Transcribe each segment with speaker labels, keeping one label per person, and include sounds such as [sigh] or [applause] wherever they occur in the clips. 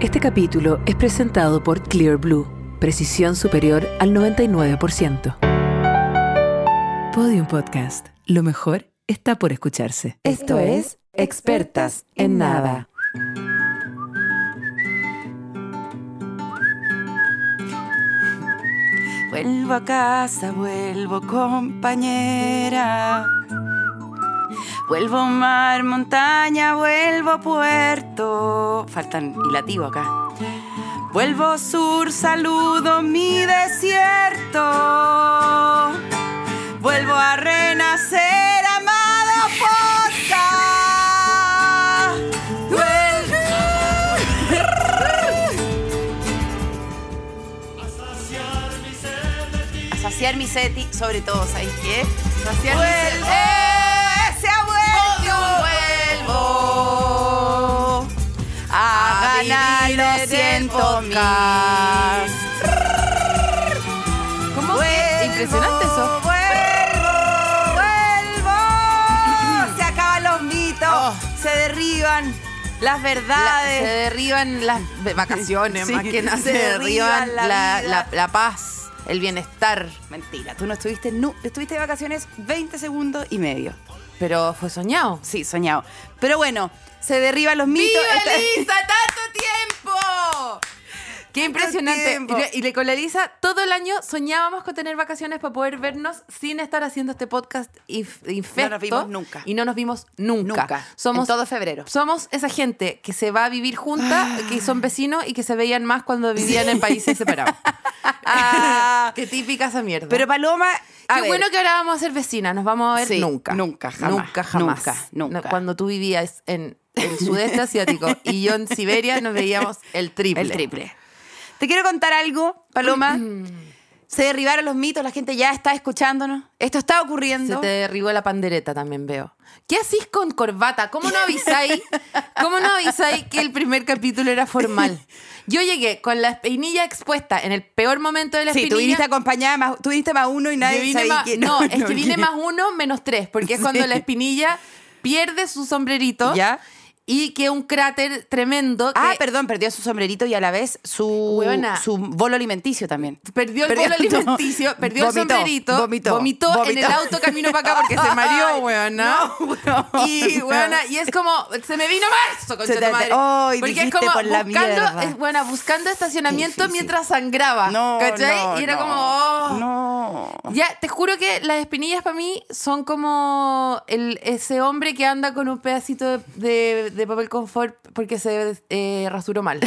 Speaker 1: Este capítulo es presentado por Clear Blue, precisión superior al 99%. Podium Podcast. Lo mejor está por escucharse.
Speaker 2: Esto es Expertas en Nada.
Speaker 3: Vuelvo a casa, vuelvo compañera. Vuelvo mar, montaña, vuelvo a puerto. Faltan hilativo acá. Vuelvo sur, saludo mi desierto. Vuelvo a renacer, amado podcast. Vuelvo- A saciar mi seti, sobre todo, ¿sabéis qué? Saciar vuelvo, se ha vuelto. Vuelvo a ganar los ciento mil. ¿Cómo?
Speaker 2: Impresionante eso.
Speaker 3: Vuelvo, vuelvo. Se acaban los mitos,
Speaker 2: Oh.
Speaker 3: se derriban las
Speaker 2: La-
Speaker 3: verdades.
Speaker 2: se derriban las ve- vacaciones,
Speaker 3: Sí,
Speaker 2: más que nada.
Speaker 3: se
Speaker 2: Se derriban
Speaker 3: derriban
Speaker 2: la,
Speaker 3: la
Speaker 2: la-
Speaker 3: vida.
Speaker 2: la paz, el bienestar.
Speaker 3: Mentira, tú no estuviste, nu- estuviste de vacaciones 20 segundos y medio.
Speaker 2: Pero fue soñado.
Speaker 3: Sí, soñado. Pero bueno, se derriban los mitos. Esta-
Speaker 2: ¡Tanto tiempo! ¡Qué impresionante! Y
Speaker 3: tiempo.
Speaker 2: le- Y, le- con la Elisa, todo el año soñábamos con tener vacaciones para poder vernos sin estar haciendo este podcast inf- infecto.
Speaker 3: nos vimos nunca.
Speaker 2: Y no nos vimos nunca.
Speaker 3: Nunca.
Speaker 2: Somos
Speaker 3: En todo febrero. Ah.
Speaker 2: Somos esa gente que se va a vivir junta, que son vecinos y que se veían más cuando vivían en países
Speaker 3: [laughs]
Speaker 2: separados.
Speaker 3: Ah.
Speaker 2: Qué típica esa mierda.
Speaker 3: [laughs] Pero Paloma, a
Speaker 2: Qué
Speaker 3: ver,
Speaker 2: bueno que ahora vamos a ser vecinas, nos vamos a ver
Speaker 3: Sí,
Speaker 2: nunca.
Speaker 3: nunca, jamás,
Speaker 2: Nunca, jamás.
Speaker 3: nunca, nunca.
Speaker 2: No, Cuando tú vivías en el sudeste
Speaker 3: [laughs]
Speaker 2: asiático y yo en Siberia, nos veíamos el triple. Mm.
Speaker 3: el triple. Te quiero contar algo, Paloma. Se derribaron los mitos, la gente ya está escuchándonos. Esto está
Speaker 2: Se
Speaker 3: ocurriendo.
Speaker 2: te derribó la pandereta también, veo. ¿Qué hacís con corbata? ¿Cómo no avisáis? ¿Cómo no avisáis que el primer capítulo era formal? Yo llegué con la espinilla expuesta en el peor momento de la
Speaker 3: Sí, tú
Speaker 2: espinilla.
Speaker 3: viniste acompañada, más, tú viniste más uno y nadie
Speaker 2: Yo vine
Speaker 3: sabía
Speaker 2: más-
Speaker 3: que-
Speaker 2: no, es que vine
Speaker 3: que-
Speaker 2: más uno menos tres, porque es cuando
Speaker 3: Sí.
Speaker 2: la espinilla pierde su sombrerito
Speaker 3: [laughs] ¿Ya?
Speaker 2: y que un cráter tremendo que
Speaker 3: Ah, perdón, perdió su sombrerito y a la vez su,
Speaker 2: Hueona.
Speaker 3: su bolo alimenticio también.
Speaker 2: perdió el
Speaker 3: Perdió-
Speaker 2: bolo [laughs] alimenticio,
Speaker 3: no,
Speaker 2: perdió el
Speaker 3: vomitó,
Speaker 2: sombrerito,
Speaker 3: vomitó,
Speaker 2: en el
Speaker 3: vomitó.
Speaker 2: auto camino para acá porque se mareó,
Speaker 3: [laughs] Ay,
Speaker 2: weona.
Speaker 3: no, [laughs] weona.
Speaker 2: Y weona, y es como, se me vino marzo, concha
Speaker 3: Se
Speaker 2: tu
Speaker 3: te-
Speaker 2: madre.
Speaker 3: ay,
Speaker 2: porque es
Speaker 3: dijiste
Speaker 2: como
Speaker 3: por la
Speaker 2: buscando,
Speaker 3: mierda.
Speaker 2: es, weona, buscando estacionamiento
Speaker 3: Difícil.
Speaker 2: mientras sangraba.
Speaker 3: No,
Speaker 2: ¿Cachai?
Speaker 3: no,
Speaker 2: y era
Speaker 3: no,
Speaker 2: como, oh.
Speaker 3: No.
Speaker 2: Ya, te juro que las espinillas para mí son como el, ese hombre que anda con un pedacito de, de- de papel confort porque se eh, rasuró mal.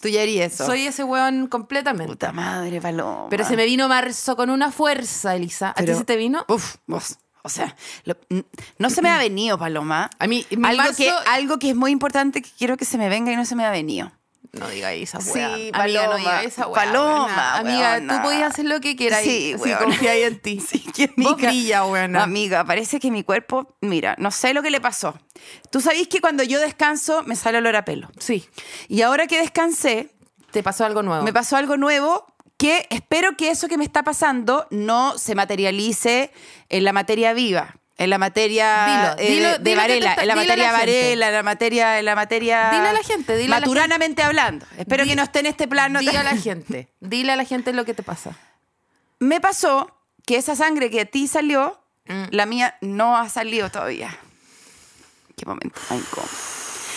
Speaker 3: Tú ya harías eso.
Speaker 2: Soy ese weón completamente.
Speaker 3: puta madre, Paloma.
Speaker 2: Pero se me vino marzo con una fuerza, Elisa. ¿A ti
Speaker 3: Pero-
Speaker 2: se te vino?
Speaker 3: Uf, vos, o sea, lo- n- no se me ha venido, Paloma.
Speaker 2: A mí, mi
Speaker 3: algo,
Speaker 2: marzo-
Speaker 3: que, algo que es muy importante que quiero que se me venga y no se me ha [laughs] venido.
Speaker 2: No diga esa
Speaker 3: Sí,
Speaker 2: weá. Amiga,
Speaker 3: Paloma,
Speaker 2: no diga esa weá,
Speaker 3: Paloma,
Speaker 2: weona. Amiga,
Speaker 3: weona.
Speaker 2: tú podías hacer lo que quieras.
Speaker 3: Sí,
Speaker 2: si
Speaker 3: weona.
Speaker 2: confías en ti.
Speaker 3: Sí, que
Speaker 2: Vos
Speaker 3: amiga.
Speaker 2: brilla, weona.
Speaker 3: Amiga, parece que mi cuerpo, mira, no sé lo que le pasó. Tú sabés que cuando yo descanso me sale olor a pelo.
Speaker 2: Sí,
Speaker 3: Y ahora que descansé,
Speaker 2: te pasó algo nuevo.
Speaker 3: me pasó algo nuevo que espero que eso que me está pasando no se materialice en la materia viva. En la materia eh,
Speaker 2: Dilo, dilo, dilo
Speaker 3: de
Speaker 2: que te
Speaker 3: Varela,
Speaker 2: está-
Speaker 3: en
Speaker 2: dile a la
Speaker 3: la materia
Speaker 2: gente.
Speaker 3: Varela, en la materia, en la materia.
Speaker 2: Dile a la gente, dile a la
Speaker 3: Maturanamente hablando. Espero
Speaker 2: Di-
Speaker 3: que no esté en este plano.
Speaker 2: Dile a la gente. Dile a la gente lo que te
Speaker 3: [laughs]
Speaker 2: pasa.
Speaker 3: Me pasó que esa sangre que a ti salió,
Speaker 2: Mm.
Speaker 3: la mía no ha salido todavía. Qué momento tan incómodo.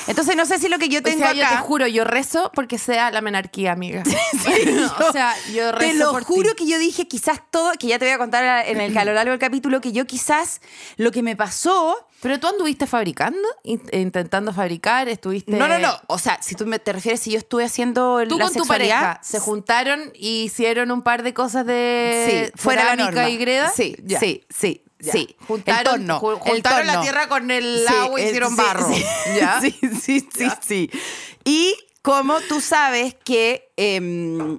Speaker 3: Entonces no sé si lo que yo
Speaker 2: O
Speaker 3: tengo
Speaker 2: sea, yo te
Speaker 3: acá.
Speaker 2: juro, yo rezo porque sea la menarquía,
Speaker 3: [laughs]
Speaker 2: amiga. [laughs] o sea, yo rezo.
Speaker 3: Te lo
Speaker 2: por ti.
Speaker 3: juro que yo dije quizás todo, que ya te voy a contar
Speaker 2: [clears throat]
Speaker 3: en el calor largo del capítulo, que yo quizás lo que me pasó...
Speaker 2: Pero tú anduviste fabricando, in- intentando fabricar, estuviste.
Speaker 3: No, no, no. O sea, si tú me te refieres, si yo estuve haciendo el-
Speaker 2: Tú
Speaker 3: la
Speaker 2: con tu
Speaker 3: sexualidad,
Speaker 2: pareja se juntaron y hicieron un par de cosas de
Speaker 3: Sí, fuera eh, la
Speaker 2: cerámica
Speaker 3: norma.
Speaker 2: y greda.
Speaker 3: Sí,
Speaker 2: Ya,
Speaker 3: sí, sí,
Speaker 2: ya.
Speaker 3: sí. El
Speaker 2: Juntaron,
Speaker 3: torno,
Speaker 2: ju-
Speaker 3: el
Speaker 2: juntaron la
Speaker 3: torno.
Speaker 2: tierra con el
Speaker 3: Sí,
Speaker 2: agua y
Speaker 3: el-
Speaker 2: hicieron
Speaker 3: sí,
Speaker 2: barro.
Speaker 3: Sí,
Speaker 2: [laughs] ¿Ya?
Speaker 3: [laughs] sí, sí, sí, sí. Y como tú sabes que eh,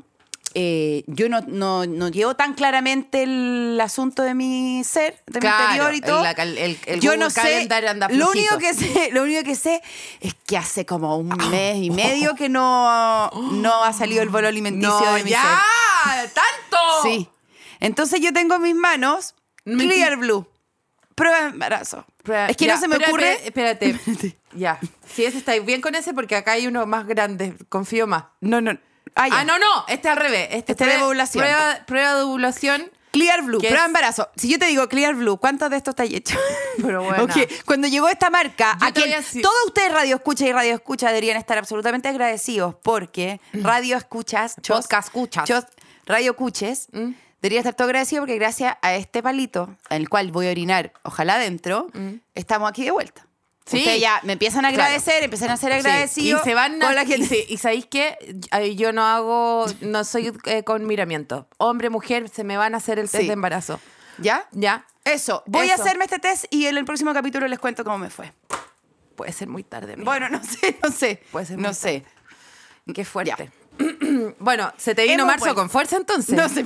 Speaker 3: eh, yo no, no- no llevo tan claramente el asunto de mi ser, de
Speaker 2: Claro,
Speaker 3: mi interior y todo.
Speaker 2: el- el- el- el
Speaker 3: yo
Speaker 2: Google
Speaker 3: no sé.
Speaker 2: Calendar anda
Speaker 3: lo
Speaker 2: flojito. Ah,
Speaker 3: único que sé, lo único que sé es que hace como un mes
Speaker 2: oh.
Speaker 3: y medio que no, no ha salido el bolo alimenticio
Speaker 2: No,
Speaker 3: de mi
Speaker 2: ya,
Speaker 3: ser.
Speaker 2: tanto.
Speaker 3: Sí. Entonces yo tengo en mis manos
Speaker 2: Mentí.
Speaker 3: Clear Blue. Prueba de embarazo.
Speaker 2: Pero-
Speaker 3: Es que no se me
Speaker 2: espera,
Speaker 3: ocurre-
Speaker 2: espera,
Speaker 3: [laughs]
Speaker 2: Espérate, Ya. Si ese estáis bien con ese, porque acá hay uno más grande, confío más.
Speaker 3: No, no. Ah, ya.
Speaker 2: Ah, no, no, este al revés. Este,
Speaker 3: Este de
Speaker 2: prue-
Speaker 3: ovulación.
Speaker 2: Prueba, prueba de ovulación.
Speaker 3: [laughs] Clear Blue,
Speaker 2: ¿Qué es?
Speaker 3: prueba de embarazo. Si yo te digo Clear Blue, ¿cuántos de estos te hay hecho?
Speaker 2: Pero bueno.
Speaker 3: Ok, Cuando llegó esta marca,
Speaker 2: Yo
Speaker 3: a
Speaker 2: te
Speaker 3: quien
Speaker 2: voy a decir-
Speaker 3: todos ustedes radio escucha y radio escucha deberían estar absolutamente agradecidos porque radio escuchas, chos-
Speaker 2: Mm. Podcast Mm. escuchas.
Speaker 3: chos- radio cuches, debería estar todo agradecido porque gracias a este palito, al cual voy a orinar, ojalá adentro, estamos aquí de vuelta.
Speaker 2: Mm. Sí.
Speaker 3: Ustedes ya me empiezan a
Speaker 2: Claro.
Speaker 3: agradecer, empiezan a ser
Speaker 2: Sí,
Speaker 3: agradecidos.
Speaker 2: Y se van a-
Speaker 3: con la
Speaker 2: y,
Speaker 3: gente.
Speaker 2: se- y sabéis qué? Ay, Yo no hago, no soy eh, con miramiento. Hombre, mujer, se me van a hacer el test
Speaker 3: Sí.
Speaker 2: de embarazo.
Speaker 3: ¿Ya?
Speaker 2: Ya.
Speaker 3: Eso, voy
Speaker 2: Eso.
Speaker 3: a hacerme este test y en el próximo capítulo les cuento cómo me fue.
Speaker 2: Puede ser muy tarde. amiga.
Speaker 3: Bueno, no sé, no sé.
Speaker 2: Puede ser muy
Speaker 3: no sé.
Speaker 2: qué fuerte. [clears throat] bueno, se te vino
Speaker 3: Hemos
Speaker 2: marzo
Speaker 3: vuelto.
Speaker 2: con fuerza entonces. [laughs]
Speaker 3: No sé.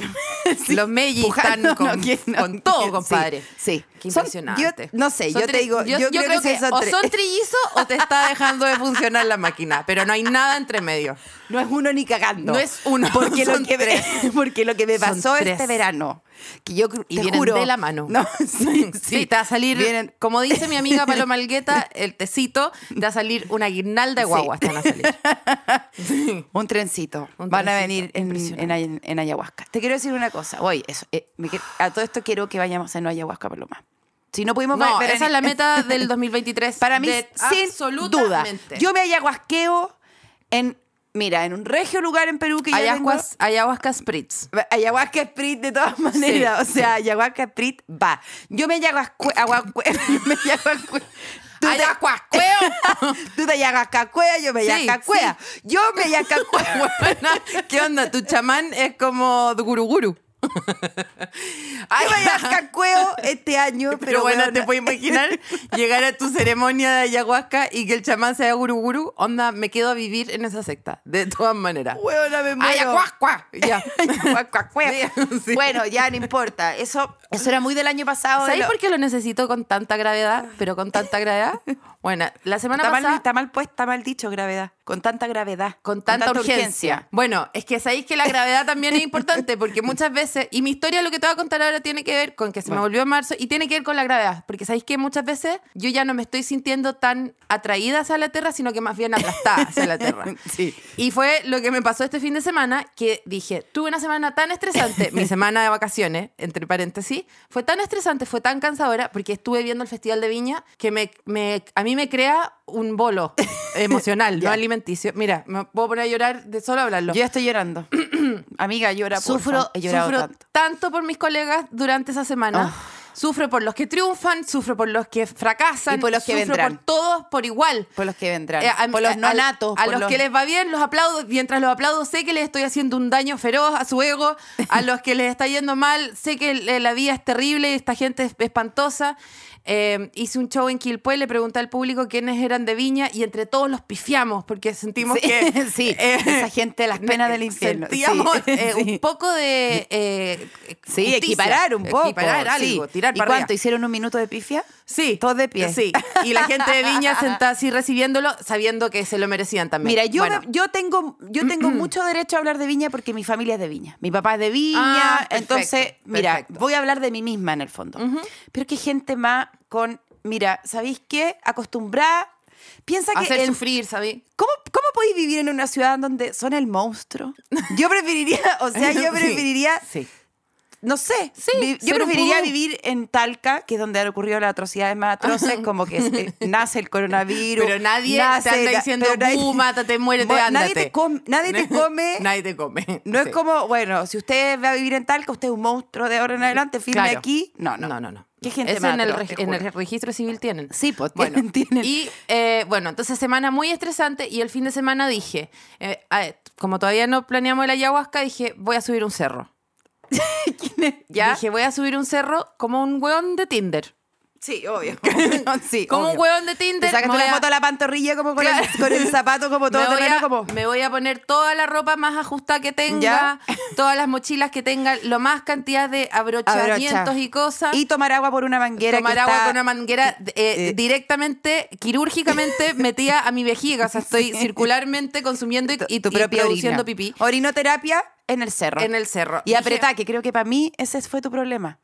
Speaker 2: Los Meiji están
Speaker 3: Pujando,
Speaker 2: con,
Speaker 3: no, que no,
Speaker 2: con todo,
Speaker 3: que-
Speaker 2: compadre.
Speaker 3: sí, sí.
Speaker 2: Qué
Speaker 3: Son-
Speaker 2: impresionante.
Speaker 3: yo- no sé,
Speaker 2: Son
Speaker 3: yo te
Speaker 2: tri-
Speaker 3: digo, yo creo que son
Speaker 2: o
Speaker 3: tres.
Speaker 2: son trillizos o te está dejando de funcionar la máquina, pero no hay nada entre medio.
Speaker 3: [laughs] No es uno ni cagando.
Speaker 2: No es uno,
Speaker 3: Porque,
Speaker 2: son
Speaker 3: lo, que me, [laughs] porque lo que me
Speaker 2: Son
Speaker 3: pasó este
Speaker 2: tres.
Speaker 3: verano, que yo cr-
Speaker 2: Y
Speaker 3: te
Speaker 2: vienen
Speaker 3: juro-
Speaker 2: de la mano. [laughs]
Speaker 3: No, [laughs] sí, sí.
Speaker 2: te va a salir,
Speaker 3: Vienen-
Speaker 2: como dice mi [laughs] amiga Paloma Algueta, el tecito, te va a salir una guirnalda de
Speaker 3: Sí.
Speaker 2: guaguas. te van a salir.
Speaker 3: un trencito.
Speaker 2: Un
Speaker 3: Van a
Speaker 2: trencito,
Speaker 3: venir en, en,
Speaker 2: impresionante.
Speaker 3: ay- en ayahuasca. Te quiero decir una cosa. Oye, eso, eh, me quie- a todo esto quiero que vayamos a no ayahuasca, Paloma. Si no pudimos
Speaker 2: [laughs] No,
Speaker 3: ver- ver-
Speaker 2: esa es la meta del 2023.
Speaker 3: Para mí,
Speaker 2: de-
Speaker 3: sin duda.
Speaker 2: absolutamente.
Speaker 3: Yo me ayahuasqueo en, mira, en un regio lugar en Perú que yo vengo-
Speaker 2: Ayahuas- ayahuasca [laughs] spritz.
Speaker 3: Ayahuasca Sprit de todas maneras.
Speaker 2: Sí,
Speaker 3: o sea, Ayahuasca Sprit va. Yo me ayahuascue... aguacue- [laughs] yo me ayahuascue- Tú te-
Speaker 2: Ayahuascueo.
Speaker 3: [laughs] Tú te ayahuascacuea, yo me
Speaker 2: Sí,
Speaker 3: ayahuascacuea. Yo me ayahuascacuea.
Speaker 2: Buena. ¿Qué onda? Tu chamán es como guruguru. [laughs]
Speaker 3: Yo me ayahuascacueo este año, pero,
Speaker 2: Pero bueno,
Speaker 3: weona,
Speaker 2: te puedes [laughs] imaginar llegar a tu ceremonia de ayahuasca y que el chamán sea guruguru. Onda, me quedo a vivir en esa secta. De todas maneras.
Speaker 3: [laughs] weona, me muero.
Speaker 2: Ayahuasca. [laughs] Ya.
Speaker 3: [laughs] Ayahuascacuea.
Speaker 2: Sí.
Speaker 3: Bueno, ya no importa. Eso, eso era muy del año pasado. de
Speaker 2: ¿Sabéis
Speaker 3: lo-
Speaker 2: por qué lo necesito con tanta gravedad? Pero con tanta
Speaker 3: [laughs]
Speaker 2: gravedad. Bueno, la semana
Speaker 3: Está mal,
Speaker 2: pasada.
Speaker 3: está mal puesta, mal dicho, gravedad. Con tanta gravedad.
Speaker 2: con tanta, urgencia. Bueno, es que sabéis que la gravedad también es importante porque muchas veces, y mi historia lo que te voy a contar ahora tiene que ver con que se
Speaker 3: Bueno.
Speaker 2: me volvió en marzo y tiene que ver con la gravedad, porque sabéis que muchas veces yo ya no me estoy sintiendo tan atraída hacia la Tierra, sino que más bien aplastada hacia la Tierra.
Speaker 3: [laughs] Sí.
Speaker 2: Y fue lo que me pasó este fin de semana que dije, tuve una semana tan estresante,
Speaker 3: [laughs]
Speaker 2: mi semana de vacaciones, entre paréntesis, fue tan estresante, fue tan cansadora porque estuve viendo el Festival de Viña que me, me- a mí me crea un
Speaker 3: [laughs]
Speaker 2: bolo emocional,
Speaker 3: Ya.
Speaker 2: no alimenticio. Mira, me puedo poner a llorar de solo hablarlo.
Speaker 3: Yo
Speaker 2: [clears throat]
Speaker 3: estoy llorando. Amiga, llora, porfa.
Speaker 2: sufro,
Speaker 3: He llorado
Speaker 2: sufro
Speaker 3: tanto.
Speaker 2: tanto. por mis colegas durante esa semana.
Speaker 3: Ah.
Speaker 2: Sufro por los que triunfan, sufro por los que fracasan,
Speaker 3: Y por los que
Speaker 2: sufro
Speaker 3: vendrán.
Speaker 2: por todos por igual.
Speaker 3: Por los que vendrán.
Speaker 2: Eh, a-
Speaker 3: por los
Speaker 2: a-
Speaker 3: no natos.
Speaker 2: A,
Speaker 3: por
Speaker 2: los,
Speaker 3: [laughs]
Speaker 2: que les va bien, los aplaudo. Mientras los aplaudo, sé que les estoy haciendo un daño feroz a su ego. A los que les está yendo mal, sé que eh, la vida es terrible y esta gente es espantosa. Eh, hice un show en Quilpué, le pregunté al público quiénes eran de Viña y entre todos los pifiamos porque sentimos [laughs]
Speaker 3: Sí,
Speaker 2: que.
Speaker 3: [laughs]
Speaker 2: eh,
Speaker 3: sí, esa gente, las penas del infierno,
Speaker 2: Sentíamos
Speaker 3: sí,
Speaker 2: eh,
Speaker 3: [laughs] sí.
Speaker 2: un poco de. eh,
Speaker 3: Sí,
Speaker 2: justicia,
Speaker 3: equiparar un poco.
Speaker 2: Equiparar algo,
Speaker 3: sí.
Speaker 2: tirar
Speaker 3: ¿Y
Speaker 2: para arriba.
Speaker 3: cuánto? ¿Hicieron un minuto de pifia?
Speaker 2: Sí.
Speaker 3: Todos de pie.
Speaker 2: Sí. Y la gente de Viña
Speaker 3: [laughs]
Speaker 2: sentada así recibiéndolo, sabiendo que se lo merecían también.
Speaker 3: Mira, yo,
Speaker 2: Bueno.
Speaker 3: me- yo tengo, yo tengo mucho derecho a hablar de viña porque mi familia es de viña. Mi papá es de viña.
Speaker 2: Ah, perfecto,
Speaker 3: entonces, mira,
Speaker 2: perfecto.
Speaker 3: voy a hablar de mí misma en el fondo. Pero qué gente más con. Mira, ¿sabéis qué? Acostumbrada. Piensa que
Speaker 2: hacer
Speaker 3: en-
Speaker 2: sufrir, ¿sabes?
Speaker 3: ¿Cómo, ¿Cómo podéis vivir en una ciudad donde son el monstruo? Yo preferiría, o
Speaker 2: [laughs]
Speaker 3: sea, yo preferiría
Speaker 2: Sí.
Speaker 3: No sé.
Speaker 2: Sí,
Speaker 3: Vi- yo
Speaker 2: ser un
Speaker 3: preferiría
Speaker 2: pudú.
Speaker 3: vivir en Talca, que es donde han ocurrido las atrocidades más atroces, como que
Speaker 2: [laughs]
Speaker 3: eh, nace el coronavirus.
Speaker 2: Pero nadie
Speaker 3: nace
Speaker 2: te anda
Speaker 3: la-
Speaker 2: diciendo,
Speaker 3: pero nadie-
Speaker 2: "Bu, mátate, muérete,
Speaker 3: Bueno,
Speaker 2: ándate.
Speaker 3: Nadie te, com- nadie te come.
Speaker 2: [laughs] Nadie te come.
Speaker 3: No
Speaker 2: Sí.
Speaker 3: es como, bueno, si usted va a vivir en Talca, usted es un monstruo de ahora en adelante, firme
Speaker 2: Claro.
Speaker 3: aquí. No, no.
Speaker 2: No, no, no.
Speaker 3: Qué gente
Speaker 2: Eso
Speaker 3: más
Speaker 2: en, el,
Speaker 3: atroz,
Speaker 2: reg-
Speaker 3: te
Speaker 2: en
Speaker 3: juro.
Speaker 2: el registro civil tienen.
Speaker 3: Sí, pues,
Speaker 2: Bueno,
Speaker 3: tienen- tienen.
Speaker 2: Y eh, bueno, entonces semana muy estresante y el fin de semana dije, eh, a- como todavía no planeamos el ayahuasca, dije, voy a subir un cerro. [laughs]
Speaker 3: ¿Ya?
Speaker 2: Dije, voy a subir un cerro como un hueón de Tinder.
Speaker 3: sí, [laughs] obvio. sí,
Speaker 2: Como un
Speaker 3: obvio.
Speaker 2: hueón de
Speaker 3: Te
Speaker 2: Tinder.
Speaker 3: sacaste
Speaker 2: me voy
Speaker 3: una
Speaker 2: a-
Speaker 3: foto a la pantorrilla como con,
Speaker 2: Claro.
Speaker 3: el, con el zapato como todo
Speaker 2: [laughs] me voy,
Speaker 3: terreno,
Speaker 2: a,
Speaker 3: como...
Speaker 2: me voy a poner toda la ropa más ajustada que tenga,
Speaker 3: ¿Ya?
Speaker 2: todas las mochilas que tenga, lo más cantidad de abrochamientos
Speaker 3: Abrocha.
Speaker 2: y cosas.
Speaker 3: Y tomar agua por una manguera. que
Speaker 2: tomar agua
Speaker 3: está-
Speaker 2: con una manguera eh,
Speaker 3: eh,
Speaker 2: directamente,
Speaker 3: [laughs]
Speaker 2: quirúrgicamente metida a mi vejiga. O sea, estoy circularmente consumiendo y, y-
Speaker 3: tu
Speaker 2: y
Speaker 3: propia
Speaker 2: produciendo
Speaker 3: orina.
Speaker 2: pipí
Speaker 3: Orinoterapia en el cerro.
Speaker 2: en el cerro.
Speaker 3: y
Speaker 2: Dije,
Speaker 3: apretar, que creo que para mí ese fue tu problema.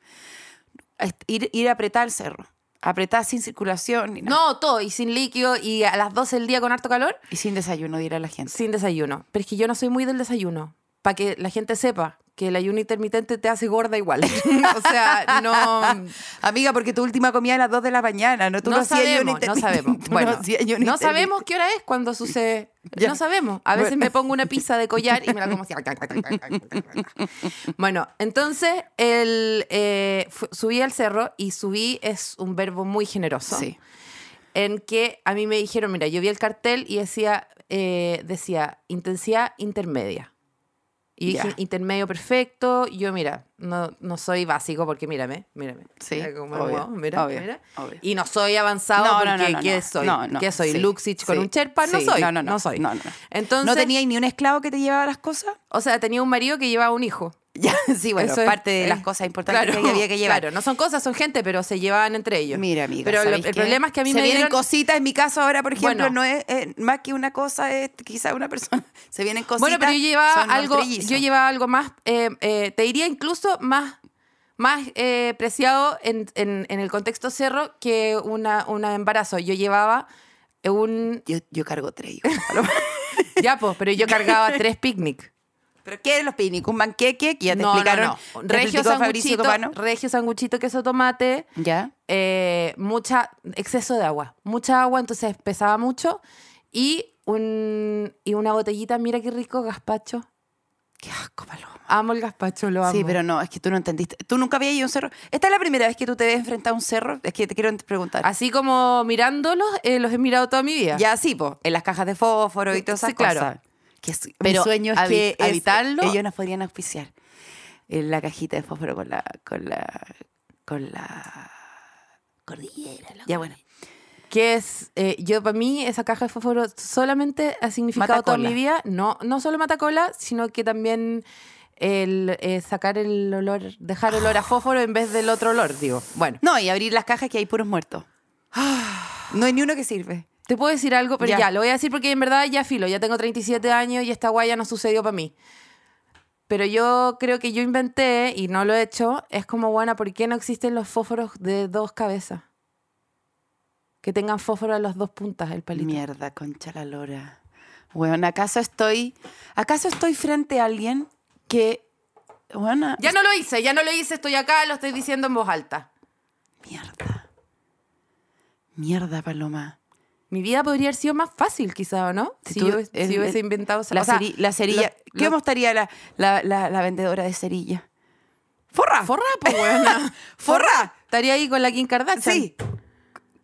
Speaker 3: Est- Ir, ir a apretar al cerro. apretada sin circulación ni nada.
Speaker 2: No, todo, y sin líquido, y a las 12 del día con harto calor,
Speaker 3: Y sin desayuno, dirá la gente.
Speaker 2: sin desayuno. Pero es que yo no soy muy del desayuno, para que la gente sepa que el ayuno intermitente te hace gorda igual. [laughs] o sea, no...
Speaker 3: Amiga, porque tu última comida a las 2 de la mañana, ¿no? Tú
Speaker 2: no,
Speaker 3: hacías
Speaker 2: sabemos, no
Speaker 3: ayuno intermitente,
Speaker 2: sabemos.
Speaker 3: [laughs] tú
Speaker 2: Bueno,
Speaker 3: hacías ayuno
Speaker 2: no
Speaker 3: intermitente.
Speaker 2: sabemos qué hora es cuando sucede.
Speaker 3: Ya.
Speaker 2: No sabemos. A veces
Speaker 3: Bueno.
Speaker 2: me pongo una pizza de collar y me la como así. Bueno, entonces el, eh, fu- subí al cerro y subí es un verbo muy generoso.
Speaker 3: Sí.
Speaker 2: En que a mí me dijeron, mira, yo vi el cartel y decía, eh, decía intensidad intermedia. Y
Speaker 3: Ya.
Speaker 2: dije, intermedio perfecto. Y Yo, mira, no, no soy básico porque mírame, mírame.
Speaker 3: Sí,
Speaker 2: Mira cómo me
Speaker 3: obvio,
Speaker 2: muevo, mira,
Speaker 3: obvio,
Speaker 2: mira.
Speaker 3: obvio.
Speaker 2: Y no soy avanzado
Speaker 3: No, no,
Speaker 2: porque
Speaker 3: no, no,
Speaker 2: ¿qué
Speaker 3: no,
Speaker 2: soy?
Speaker 3: no, no,
Speaker 2: ¿Qué soy?
Speaker 3: sí,
Speaker 2: ¿Luxich con
Speaker 3: sí,
Speaker 2: un Sherpa? No
Speaker 3: sí,
Speaker 2: soy.
Speaker 3: no, no, no,
Speaker 2: soy.
Speaker 3: no, no, no.
Speaker 2: Entonces,
Speaker 3: ¿No tenía ni un esclavo que te llevaba las cosas?
Speaker 2: o sea, tenía un marido que llevaba un hijo.
Speaker 3: Ya, [laughs] sí, bueno,
Speaker 2: Eso es-
Speaker 3: parte de
Speaker 2: eh,
Speaker 3: las cosas importantes
Speaker 2: claro,
Speaker 3: que había que llevar.
Speaker 2: Claro, no son cosas, son gente, pero se llevaban entre ellos.
Speaker 3: Mira, amiga,
Speaker 2: Pero lo- el
Speaker 3: ¿sabes qué?
Speaker 2: problema es que a mí
Speaker 3: se
Speaker 2: me
Speaker 3: vienen
Speaker 2: dieron...
Speaker 3: cositas en mi caso ahora, por ejemplo,
Speaker 2: Bueno.
Speaker 3: no es eh, más que una cosa es quizá una persona. [laughs] Se vienen cositas.
Speaker 2: Bueno, pero yo llevaba
Speaker 3: son los
Speaker 2: algo,
Speaker 3: trillizos.
Speaker 2: yo llevaba algo más, eh, eh, te diría incluso más, más eh, preciado en, en- en el contexto cerro que una, una embarazo. Yo llevaba un
Speaker 3: yo, yo cargo tres. hijo.
Speaker 2: [laughs] yapo, pero
Speaker 3: [laughs]
Speaker 2: yo cargaba tres picnic.
Speaker 3: pero ¿qué eran los picnic? ¿Un banqueque? Que ya te
Speaker 2: No, no,
Speaker 3: explicaron.
Speaker 2: no.
Speaker 3: te
Speaker 2: Regio
Speaker 3: explicó Fabricio
Speaker 2: sanguchito,
Speaker 3: Copano.
Speaker 2: regio sanguchito, queso tomate,
Speaker 3: Ya.
Speaker 2: eh, mucha, exceso de agua. Mucha agua, entonces pesaba mucho. Y, un, y una botellita, mira qué rico gazpacho.
Speaker 3: Qué asco, Paloma.
Speaker 2: Amo el gazpacho, lo amo.
Speaker 3: Sí, pero no, es que tú no entendiste. Tú nunca habías ido a un cerro. Esta es la primera vez que tú te ves enfrentado a un cerro. Es que te quiero preguntar.
Speaker 2: Así como mirándolos, eh, los he mirado toda mi vida.
Speaker 3: Ya sí, po, en las cajas de fósforo y todas
Speaker 2: Sí,
Speaker 3: esas
Speaker 2: claro.
Speaker 3: cosas. Que su- mi
Speaker 2: Pero
Speaker 3: sueño es
Speaker 2: habi-
Speaker 3: que es-
Speaker 2: habitarlo-
Speaker 3: ellos nos podrían auspiciar en la cajita de fósforo con la con la con la cordillera. Ya bueno,
Speaker 2: Que es, eh, yo para mí esa caja de fósforo solamente ha significado
Speaker 3: Matacola.
Speaker 2: toda mi vida, no, no solo matacola, sino que también el eh, sacar el olor, dejar olor a fósforo en vez del otro olor, digo. Bueno,
Speaker 3: no y abrir las cajas que hay puros muertos. [sighs] No hay ni uno que sirve.
Speaker 2: te puedo decir algo, pero
Speaker 3: Ya.
Speaker 2: ya. lo voy a decir porque en verdad ya filo, ya tengo 37 años y esta guaya no sucedió para mí. Pero yo creo que yo inventé, y no lo he hecho, es como, bueno, ¿por qué no existen los fósforos de dos cabezas? Que tengan fósforo a las dos puntas, el palito.
Speaker 3: Mierda, concha la lora. Bueno, ¿acaso estoy acaso estoy frente a alguien que bueno,
Speaker 2: Ya no lo hice, ya no lo hice, estoy acá, lo estoy diciendo en voz alta.
Speaker 3: mierda. Mierda, Paloma.
Speaker 2: Mi vida podría haber sido más fácil, quizá, ¿o no?
Speaker 3: Si
Speaker 2: Si,
Speaker 3: tú-
Speaker 2: yo, si
Speaker 3: el-
Speaker 2: hubiese
Speaker 3: el-
Speaker 2: inventado esa
Speaker 3: La,
Speaker 2: o sea,
Speaker 3: ceri- la cerilla.
Speaker 2: lo-
Speaker 3: ¿Qué
Speaker 2: lo-
Speaker 3: mostraría la, la, la- la vendedora de cerilla? ¡Forra!
Speaker 2: Forra, pues, buena.
Speaker 3: [laughs] ¡Forra!
Speaker 2: [laughs] Estaría ahí con la Kim Kardashian.
Speaker 3: Sí.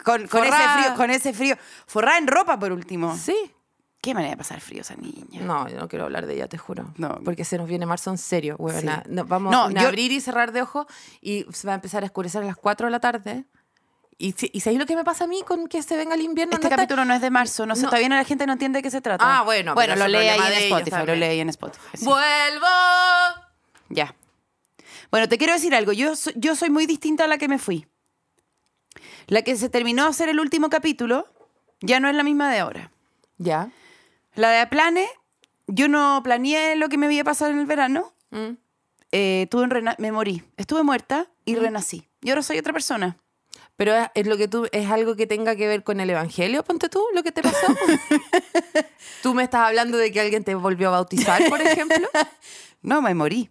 Speaker 3: Con, con ese
Speaker 2: Forra.
Speaker 3: frío, con ese frío. Forra en ropa, por último.
Speaker 2: Sí.
Speaker 3: Qué manera de pasar frío esa niña.
Speaker 2: No, yo no quiero hablar de ella, te juro.
Speaker 3: No.
Speaker 2: Porque se nos viene marzo en serio, huevona.
Speaker 3: Sí.
Speaker 2: No, vamos
Speaker 3: No,
Speaker 2: a
Speaker 3: yo-
Speaker 2: abrir y cerrar de ojos y se va a empezar a escurecer a las 4 de la tarde. Y, si- y ¿sabéis lo que me pasa a mí con que se venga el invierno?
Speaker 3: Este
Speaker 2: No está-
Speaker 3: capítulo no es de marzo, no sé,
Speaker 2: No.
Speaker 3: todavía no la gente no entiende de qué se trata.
Speaker 2: Ah, bueno,
Speaker 3: Bueno,
Speaker 2: pero
Speaker 3: lo
Speaker 2: es
Speaker 3: leí ahí
Speaker 2: problema
Speaker 3: en
Speaker 2: de ellos
Speaker 3: Spotify, lo
Speaker 2: también.
Speaker 3: leí en Spotify. sí.
Speaker 2: ¡Vuelvo!
Speaker 3: Ya. Bueno, te quiero decir algo. Yo, so- yo soy muy distinta a la que me fui. La que se terminó de hacer el último capítulo ya no es la misma de ahora.
Speaker 2: Ya.
Speaker 3: La de planes, yo no planeé lo que me iba a pasar en el verano.
Speaker 2: Mm.
Speaker 3: Eh, tuve un rena- me morí. Estuve muerta y renací. Y ahora soy otra persona.
Speaker 2: Pero es, es lo que tú es algo que tenga que ver con el evangelio, ponte tú, lo que te
Speaker 3: [laughs]
Speaker 2: pasó. tú me estás hablando de que alguien te volvió a bautizar, por ejemplo.
Speaker 3: [laughs] No, me morí.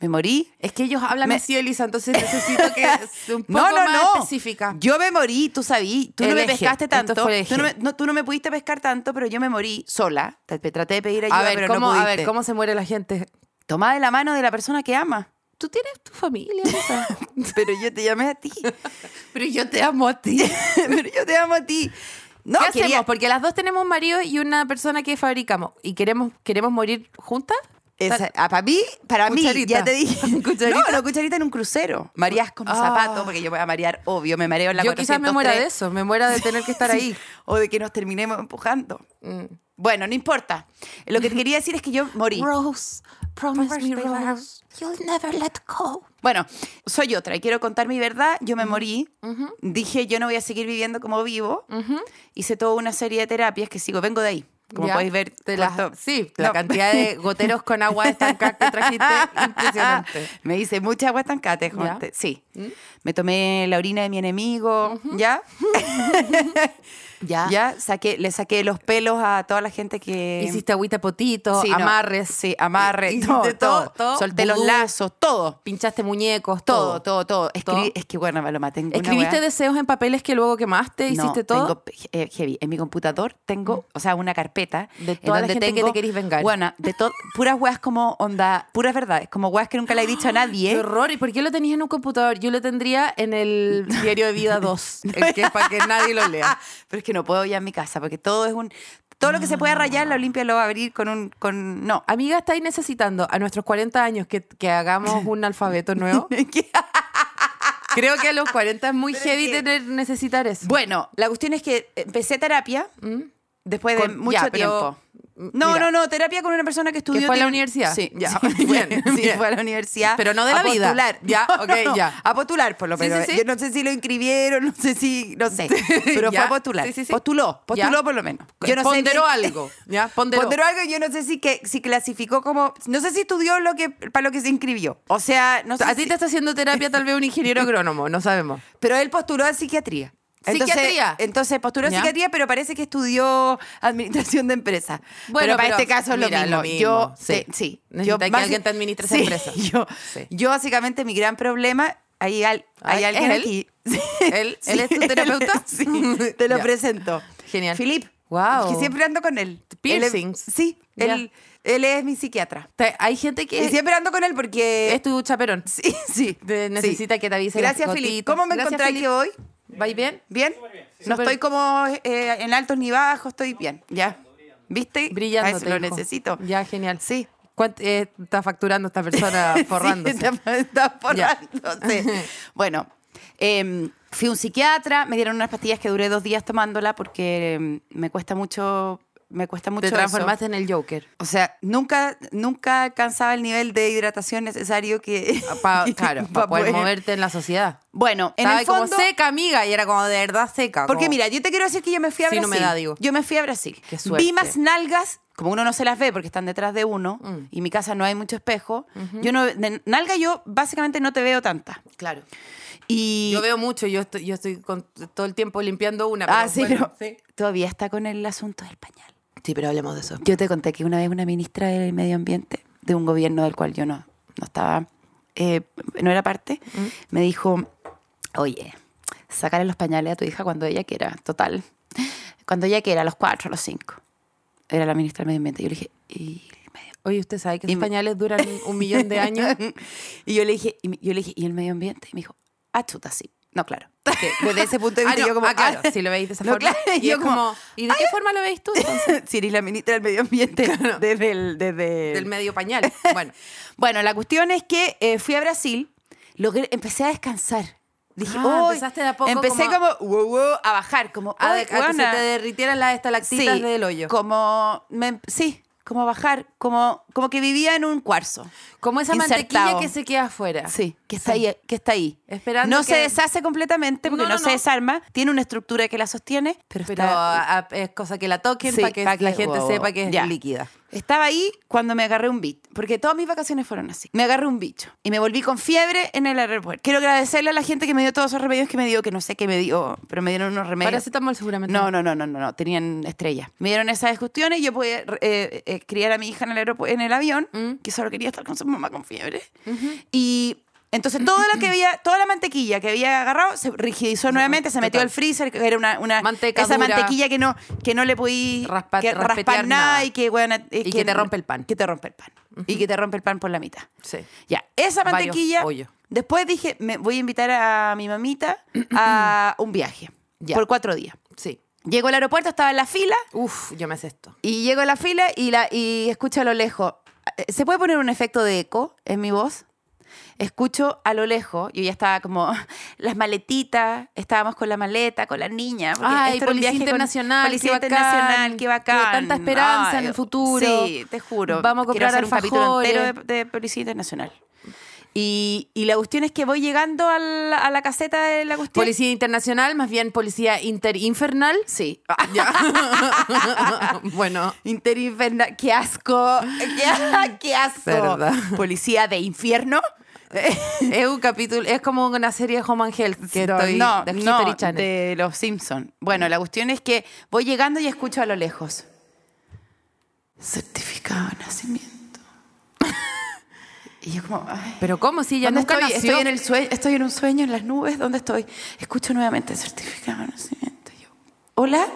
Speaker 3: Me morí.
Speaker 2: Es que ellos hablan
Speaker 3: Me-
Speaker 2: así, Elisa, entonces necesito
Speaker 3: [laughs]
Speaker 2: que es un poco
Speaker 3: No, no,
Speaker 2: más
Speaker 3: no.
Speaker 2: específica.
Speaker 3: Yo me morí, tú sabí. Tú no
Speaker 2: El
Speaker 3: me
Speaker 2: eje.
Speaker 3: pescaste
Speaker 2: Esto
Speaker 3: tanto.
Speaker 2: fue el
Speaker 3: Tú no, me,
Speaker 2: eje.
Speaker 3: no, tú no me pudiste pescar tanto, pero yo me morí sola. Te, te traté de pedir ayuda,
Speaker 2: a ver,
Speaker 3: pero
Speaker 2: cómo,
Speaker 3: no
Speaker 2: a
Speaker 3: pudiste.
Speaker 2: ver, ¿cómo se muere la gente?
Speaker 3: Tomá de la mano de la persona que ama.
Speaker 2: Tú tienes tu familia, [laughs] Elisa.
Speaker 3: Pero yo te llamé a ti.
Speaker 2: [laughs] pero yo te amo a ti.
Speaker 3: [laughs] pero yo te amo a ti. No,
Speaker 2: ¿Qué
Speaker 3: quería-
Speaker 2: hacemos? Porque las dos tenemos un marido y una persona que fabricamos. ¿Y queremos, queremos morir juntas?
Speaker 3: Esa- ah, para mí, para mí,
Speaker 2: Cucharita.
Speaker 3: ya te dije.
Speaker 2: [laughs] Cucharita.
Speaker 3: No, no, cucharita en un crucero. Mareas como
Speaker 2: Ah.
Speaker 3: zapato, porque yo voy a marear, obvio, me mareo en la
Speaker 2: Yo quizás me muera de
Speaker 3: 403.
Speaker 2: eso, me muera de tener que estar ahí.
Speaker 3: O de que nos terminemos empujando.
Speaker 2: Mm.
Speaker 3: Bueno, no importa. Lo que te quería decir es que yo morí.
Speaker 2: [laughs] Rose, promise me, Rose.
Speaker 4: You'll never let go.
Speaker 3: Bueno, soy otra y quiero contar mi verdad. Yo me morí. Dije, yo no voy a seguir viviendo como vivo. Hice toda una serie de terapias que sigo. Vengo de ahí. Como
Speaker 2: Ya,
Speaker 3: podéis ver.
Speaker 2: te las-
Speaker 3: cuánto-
Speaker 2: sí, la
Speaker 3: No.
Speaker 2: cantidad [laughs] de [laughs] goteros con agua de estancar que trajiste, impresionante.
Speaker 3: [laughs] Me dice, mucha agua estancate, Juan.
Speaker 2: Ya. ¿Mm?
Speaker 3: Sí. Me tomé la orina de mi enemigo, ¿ya?
Speaker 2: Ya. Eh,
Speaker 3: Ya, saqué, le saqué los pelos a toda la gente que...
Speaker 2: Hiciste agüita potito,
Speaker 3: Sí, no.
Speaker 2: amarres,
Speaker 3: Sí, amarres,
Speaker 2: Hiciste
Speaker 3: [laughs] todo,
Speaker 2: todo,
Speaker 3: todo,
Speaker 2: todo.
Speaker 3: Solté los
Speaker 2: Vudú.
Speaker 3: lazos, todo.
Speaker 2: pinchaste muñecos,
Speaker 3: Todo,
Speaker 2: todo.
Speaker 3: todo, todo. Escribí-
Speaker 2: Todo.
Speaker 3: Es que bueno, Paloma, tengo una
Speaker 2: ¿Escribiste
Speaker 3: weá.
Speaker 2: deseos en papeles que luego quemaste?
Speaker 3: No,
Speaker 2: ¿Hiciste todo? Mm.
Speaker 3: Tengo, eh, heavy. En mi computador tengo, o sea, una carpeta.
Speaker 2: De
Speaker 3: en
Speaker 2: toda la
Speaker 3: donde
Speaker 2: gente que
Speaker 3: tengo,
Speaker 2: te querís vengar.
Speaker 3: Bueno, de to- puras weas como onda, puras verdades, como weas que nunca le he dicho
Speaker 2: [laughs]
Speaker 3: a
Speaker 2: ¡Qué
Speaker 3: nadie.
Speaker 2: horror! ¿Y por qué lo tenías en un computador? Yo lo tendría en
Speaker 3: [laughs]
Speaker 2: el diario de vida 2, el que es para que nadie lo lea.
Speaker 3: Pero es que no puedo ya en mi casa, porque todo es un. Todo lo que se puede rayar, la Olimpia lo va a abrir con un. con No.
Speaker 2: Amiga, estáis necesitando a nuestros 40 años que, que
Speaker 3: [laughs]
Speaker 2: hagamos un alfabeto nuevo. Creo que a los 40 es muy heavy
Speaker 3: que-
Speaker 2: tener, necesitar eso.
Speaker 3: Bueno, la cuestión es que empecé terapia
Speaker 2: ¿Mm?
Speaker 3: después de
Speaker 2: Con-
Speaker 3: mucho
Speaker 2: ya, pero-
Speaker 3: tiempo. No,
Speaker 2: mira.
Speaker 3: no, no, terapia con una persona que estudió.
Speaker 2: fue a la
Speaker 3: teo-
Speaker 2: universidad.
Speaker 3: Sí,
Speaker 2: Ya,
Speaker 3: [laughs] sí,
Speaker 2: [laughs] bien,
Speaker 3: fue- sí,
Speaker 2: bien.
Speaker 3: fue a la universidad.
Speaker 2: Pero no de la
Speaker 3: a
Speaker 2: vida.
Speaker 3: postular.
Speaker 2: [laughs] Ya,
Speaker 3: No,
Speaker 2: ok,
Speaker 3: no,
Speaker 2: ya.
Speaker 3: A postular, por lo
Speaker 2: Sí,
Speaker 3: menos.
Speaker 2: sí, sí.
Speaker 3: Yo no sé si lo inscribieron, no sé si.
Speaker 2: [laughs]
Speaker 3: No sé. Pero
Speaker 2: Ya,
Speaker 3: fue a postular.
Speaker 2: sí, sí, sí.
Speaker 3: Postuló, postuló
Speaker 2: Ya.
Speaker 3: por lo menos. Yo no sé
Speaker 2: ponderó
Speaker 3: bien-
Speaker 2: algo,
Speaker 3: [laughs]
Speaker 2: ¿ya? Ponderó.
Speaker 3: Ponderó. algo, yo no sé si, que, si clasificó como. No sé si estudió lo que, para lo que se inscribió. O sea, no sé.
Speaker 2: A ti
Speaker 3: si-
Speaker 2: te está haciendo terapia tal vez un
Speaker 3: [laughs]
Speaker 2: ingeniero agrónomo, no sabemos.
Speaker 3: Pero él postuló a psiquiatría.
Speaker 2: ¿Psiquiatría?
Speaker 3: Entonces, entonces postuló a
Speaker 2: Ya.
Speaker 3: psiquiatría, pero parece que estudió administración de empresas.
Speaker 2: Bueno,
Speaker 3: pero para
Speaker 2: pero
Speaker 3: este caso es lo,
Speaker 2: mira,
Speaker 3: mismo.
Speaker 2: lo mismo,
Speaker 3: Yo,
Speaker 2: sí.
Speaker 3: te- sí.
Speaker 2: Necesita
Speaker 3: Yo
Speaker 2: que
Speaker 3: basi-
Speaker 2: alguien te administre esa
Speaker 3: [laughs] Sí,
Speaker 2: empresa.
Speaker 3: Yo,
Speaker 2: Sí.
Speaker 3: yo básicamente mi gran problema, hay, al-
Speaker 2: Ay,
Speaker 3: hay alguien
Speaker 2: ¿es él?
Speaker 3: aquí. [laughs] Sí. [laughs]
Speaker 2: ¿Él- él es tu terapeuta?
Speaker 3: él es-
Speaker 2: [laughs]
Speaker 3: sí, te lo
Speaker 2: Ya.
Speaker 3: presento.
Speaker 2: Genial.
Speaker 3: Philip.
Speaker 2: Guau.
Speaker 3: Que siempre ando con él.
Speaker 2: Piercings.
Speaker 3: Él es- sí, él, él es mi psiquiatra.
Speaker 2: Te- Hay gente
Speaker 3: Y
Speaker 2: que
Speaker 3: siempre ando con él porque...
Speaker 2: Eh, es tu chaperón.
Speaker 3: [laughs] Sí, sí.
Speaker 2: Te-
Speaker 3: sí.
Speaker 2: necesita que te avise las
Speaker 3: Gracias, Philip.
Speaker 2: gotitas.
Speaker 3: ¿Cómo me
Speaker 2: Gracias,
Speaker 3: encontráis
Speaker 2: Philip.
Speaker 3: que hoy?
Speaker 2: ¿Vais bien?
Speaker 3: ¿Bien? No
Speaker 2: Súper.
Speaker 3: estoy como eh, en altos ni bajos, estoy bien. Ya. ¿Viste?
Speaker 2: Brillando.
Speaker 3: A eso
Speaker 2: te
Speaker 3: lo
Speaker 2: dijo.
Speaker 3: necesito.
Speaker 2: Ya, genial.
Speaker 3: Sí.
Speaker 2: ¿Cuánto eh, está facturando esta persona forrándose?
Speaker 3: [laughs] Sí, está, está forrándose.
Speaker 2: [laughs]
Speaker 3: bueno, eh, fui a un psiquiatra, me dieron unas pastillas que duré dos días tomándola porque eh, me cuesta mucho. Me cuesta mucho.
Speaker 2: Te
Speaker 3: eso.
Speaker 2: transformaste en el Joker.
Speaker 3: O sea, nunca, nunca alcanzaba el nivel de hidratación necesario que.
Speaker 2: Ah,
Speaker 3: [laughs]
Speaker 2: Pa- claro, para
Speaker 3: pa
Speaker 2: poder moverte en la sociedad.
Speaker 3: Bueno, en
Speaker 2: Estaba
Speaker 3: el fondo.
Speaker 2: como seca, amiga, y era como de verdad seca.
Speaker 3: Porque
Speaker 2: como-
Speaker 3: mira, yo te quiero decir que yo me fui a
Speaker 2: Sin
Speaker 3: Brasil.
Speaker 2: humedad, digo.
Speaker 3: Yo me fui a Brasil.
Speaker 2: Qué suerte.
Speaker 3: Vi más nalgas, como uno no se las ve porque están detrás de uno,
Speaker 2: Mm.
Speaker 3: y en mi casa no hay mucho espejo. Yo no, de nalga yo básicamente no te veo tanta.
Speaker 2: Claro.
Speaker 3: Y
Speaker 2: Yo veo mucho, yo estoy, yo estoy con- todo el tiempo limpiando una.
Speaker 3: Ah,
Speaker 2: pero
Speaker 3: sí,
Speaker 2: bueno,
Speaker 3: no. todavía está con el asunto del pañal.
Speaker 2: Sí, pero hablemos de eso.
Speaker 3: Yo te conté que una vez una ministra del medio ambiente de un gobierno del cual yo no, no estaba, eh, no era parte, me dijo, oye, sácale los pañales a tu hija cuando ella quiera, total. Cuando ella quiera, a los cuatro, a los cinco. Era la ministra del medio ambiente. Yo le dije, y, [laughs] el medio-
Speaker 2: Oye, ¿usted sabe que esos
Speaker 3: Y-
Speaker 2: pañales duran un millón de años?
Speaker 3: y yo le dije, y, me- yo le dije, ¿y el medio ambiente? Y me dijo, ah, chuta, sí. No, claro. Que desde [laughs] ese punto de
Speaker 2: Ah,
Speaker 3: vista
Speaker 2: no,
Speaker 3: yo como,
Speaker 2: ah, claro,
Speaker 3: [laughs] "Ah".
Speaker 2: si lo veis de esa
Speaker 3: No,
Speaker 2: forma.
Speaker 3: claro,
Speaker 2: y
Speaker 3: yo
Speaker 2: es como,
Speaker 3: como,
Speaker 2: ¿y de qué forma lo
Speaker 3: [laughs]
Speaker 2: veis tú entonces?
Speaker 3: si eres la ministra del medio ambiente desde el... Desde el-
Speaker 2: Del medio pañal. Bueno,
Speaker 3: Bueno, la cuestión es que eh, fui a Brasil, logré- empecé a descansar. Dije,
Speaker 2: Ah,
Speaker 3: "Uy".
Speaker 2: empezaste de a poco
Speaker 3: Empecé
Speaker 2: como
Speaker 3: como, wow, wow, a bajar, como,
Speaker 2: a,
Speaker 3: "Uy,
Speaker 2: de- a que se
Speaker 3: guana".
Speaker 2: te derritieran las estalactitas
Speaker 3: Sí,
Speaker 2: del hoyo.
Speaker 3: Como, me- em, sí, como a bajar, como, como que vivía en un cuarzo.
Speaker 2: Como esa mantequilla
Speaker 3: Insertado.
Speaker 2: que se queda afuera.
Speaker 3: Sí, que está
Speaker 2: Sí.
Speaker 3: ahí, que está ahí.
Speaker 2: Esperando
Speaker 3: no se
Speaker 2: que-
Speaker 3: deshace completamente porque
Speaker 2: No,
Speaker 3: no,
Speaker 2: no,
Speaker 3: se
Speaker 2: no.
Speaker 3: desarma, tiene una estructura que la sostiene, pero,
Speaker 2: Pero
Speaker 3: está
Speaker 2: a- a- es cosa que la toquen
Speaker 3: Sí,
Speaker 2: para que
Speaker 3: pa'
Speaker 2: la
Speaker 3: que-
Speaker 2: gente
Speaker 3: wow,
Speaker 2: sepa que es
Speaker 3: ya.
Speaker 2: líquida.
Speaker 3: Estaba ahí cuando me agarré un beat, porque todas mis vacaciones fueron así. Me agarré un bicho y me volví con fiebre en el aeropuerto. Quiero agradecerle a la gente que me dio todos esos remedios que me dio, que no sé qué me dio, pero me dieron unos remedios.
Speaker 2: Paracetamol seguramente.
Speaker 3: No, no, no, no, no, no, tenían estrellas. Me dieron esas cuestiones, yo pude eh, eh, criar a mi hija en el, aeropu- en el avión,
Speaker 2: Mm.
Speaker 3: que solo quería estar con su mamá con fiebre. Y entonces todo lo que había, toda la mantequilla que había agarrado se rigidizó nuevamente, se metió
Speaker 2: total.
Speaker 3: al freezer, que era una, una
Speaker 2: Manteca
Speaker 3: esa
Speaker 2: dura.
Speaker 3: mantequilla que no, que no le podí
Speaker 2: Raspa-
Speaker 3: que
Speaker 2: raspetear
Speaker 3: raspar
Speaker 2: nada.
Speaker 3: nada y que, bueno, eh,
Speaker 2: Y que te rompe el pan.
Speaker 3: Que te rompe el pan. Y que te rompe el pan por la mitad.
Speaker 2: Sí.
Speaker 3: Ya, esa
Speaker 2: Varios
Speaker 3: mantequilla.
Speaker 2: hoyos.
Speaker 3: Después dije, me voy a invitar a mi mamita
Speaker 2: [clears throat]
Speaker 3: a un viaje
Speaker 2: Ya.
Speaker 3: por cuatro días.
Speaker 2: Sí.
Speaker 3: Llego al aeropuerto, estaba en la fila
Speaker 2: Uf, yo me hace esto.
Speaker 3: y llego a la fila y, la, y escucho a lo lejos. ¿Se puede poner un efecto de eco en mi voz? Escucho a lo lejos, yo ya estaba como [laughs] las maletitas, estábamos con la maleta, con la niña. porque
Speaker 2: Ay,
Speaker 3: esto era un
Speaker 2: Policía
Speaker 3: viaje con-
Speaker 2: Internacional,
Speaker 3: Policía
Speaker 2: qué bacán,
Speaker 3: Internacional, qué bacán.
Speaker 2: tuve tanta esperanza en el futuro.
Speaker 3: Sí, te juro.
Speaker 2: Vamos a
Speaker 3: Quiero
Speaker 2: comprar
Speaker 3: hacer un capítulo
Speaker 2: alfajores.
Speaker 3: entero de, de Policía Internacional. Y, y la cuestión es que voy llegando a la, a la caseta de la cuestión.
Speaker 2: Policía internacional, más bien policía interinfernal.
Speaker 3: Sí. [laughs]
Speaker 2: Ya. bueno. [laughs]
Speaker 3: Interinfernal. ¡Qué asco! ¡Qué, qué asco!
Speaker 2: Cerda.
Speaker 3: Policía de infierno.
Speaker 2: es un capítulo, es como una serie de Home and Health que estoy
Speaker 3: no,
Speaker 2: de History
Speaker 3: no,
Speaker 2: Channel.
Speaker 3: de los Simpsons. Bueno, la cuestión es que voy llegando y escucho a lo lejos. Certificado de nacimiento. [laughs] y yo como, ay.
Speaker 2: Pero cómo si ya
Speaker 3: ¿Dónde
Speaker 2: nunca
Speaker 3: estoy?
Speaker 2: nació.
Speaker 3: Estoy en, el sue- estoy en un sueño, en las nubes, ¿dónde estoy? Escucho nuevamente certificado de nacimiento. Y Yo, Hola,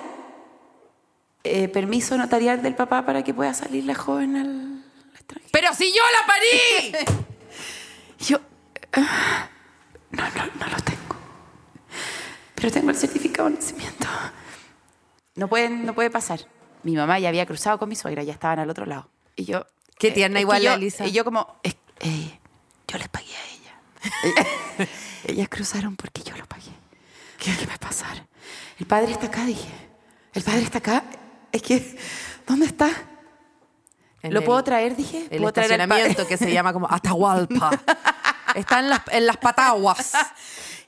Speaker 3: Eh, permiso notarial del papá para que pueda salir la joven al extranjero.
Speaker 2: Pero si yo la parí.
Speaker 3: Y [laughs] Yo, ah, no, no, no lo tengo. Pero tengo el certificado de nacimiento. No, pueden, no puede pasar. Mi mamá ya había cruzado con mi suegra, ya estaban al otro lado. Y yo...
Speaker 2: Qué
Speaker 3: eh,
Speaker 2: tierna
Speaker 3: es que
Speaker 2: igual
Speaker 3: yo-
Speaker 2: la Elisa.
Speaker 3: Y yo como, es- eh, yo les pagué a ella.
Speaker 2: [laughs]
Speaker 3: Ella- Ellas cruzaron porque yo lo pagué. ¿Qué? va a pasar? El padre está acá, dije. El padre está acá. Es que, ¿dónde está?
Speaker 2: En
Speaker 3: ¿Lo
Speaker 2: el-
Speaker 3: puedo traer? Dije.
Speaker 2: El
Speaker 3: ¿Puedo traer al padre?
Speaker 2: estacionamiento que se llama como
Speaker 3: [laughs]
Speaker 2: Atahualpa. Está en las, en las pataguas.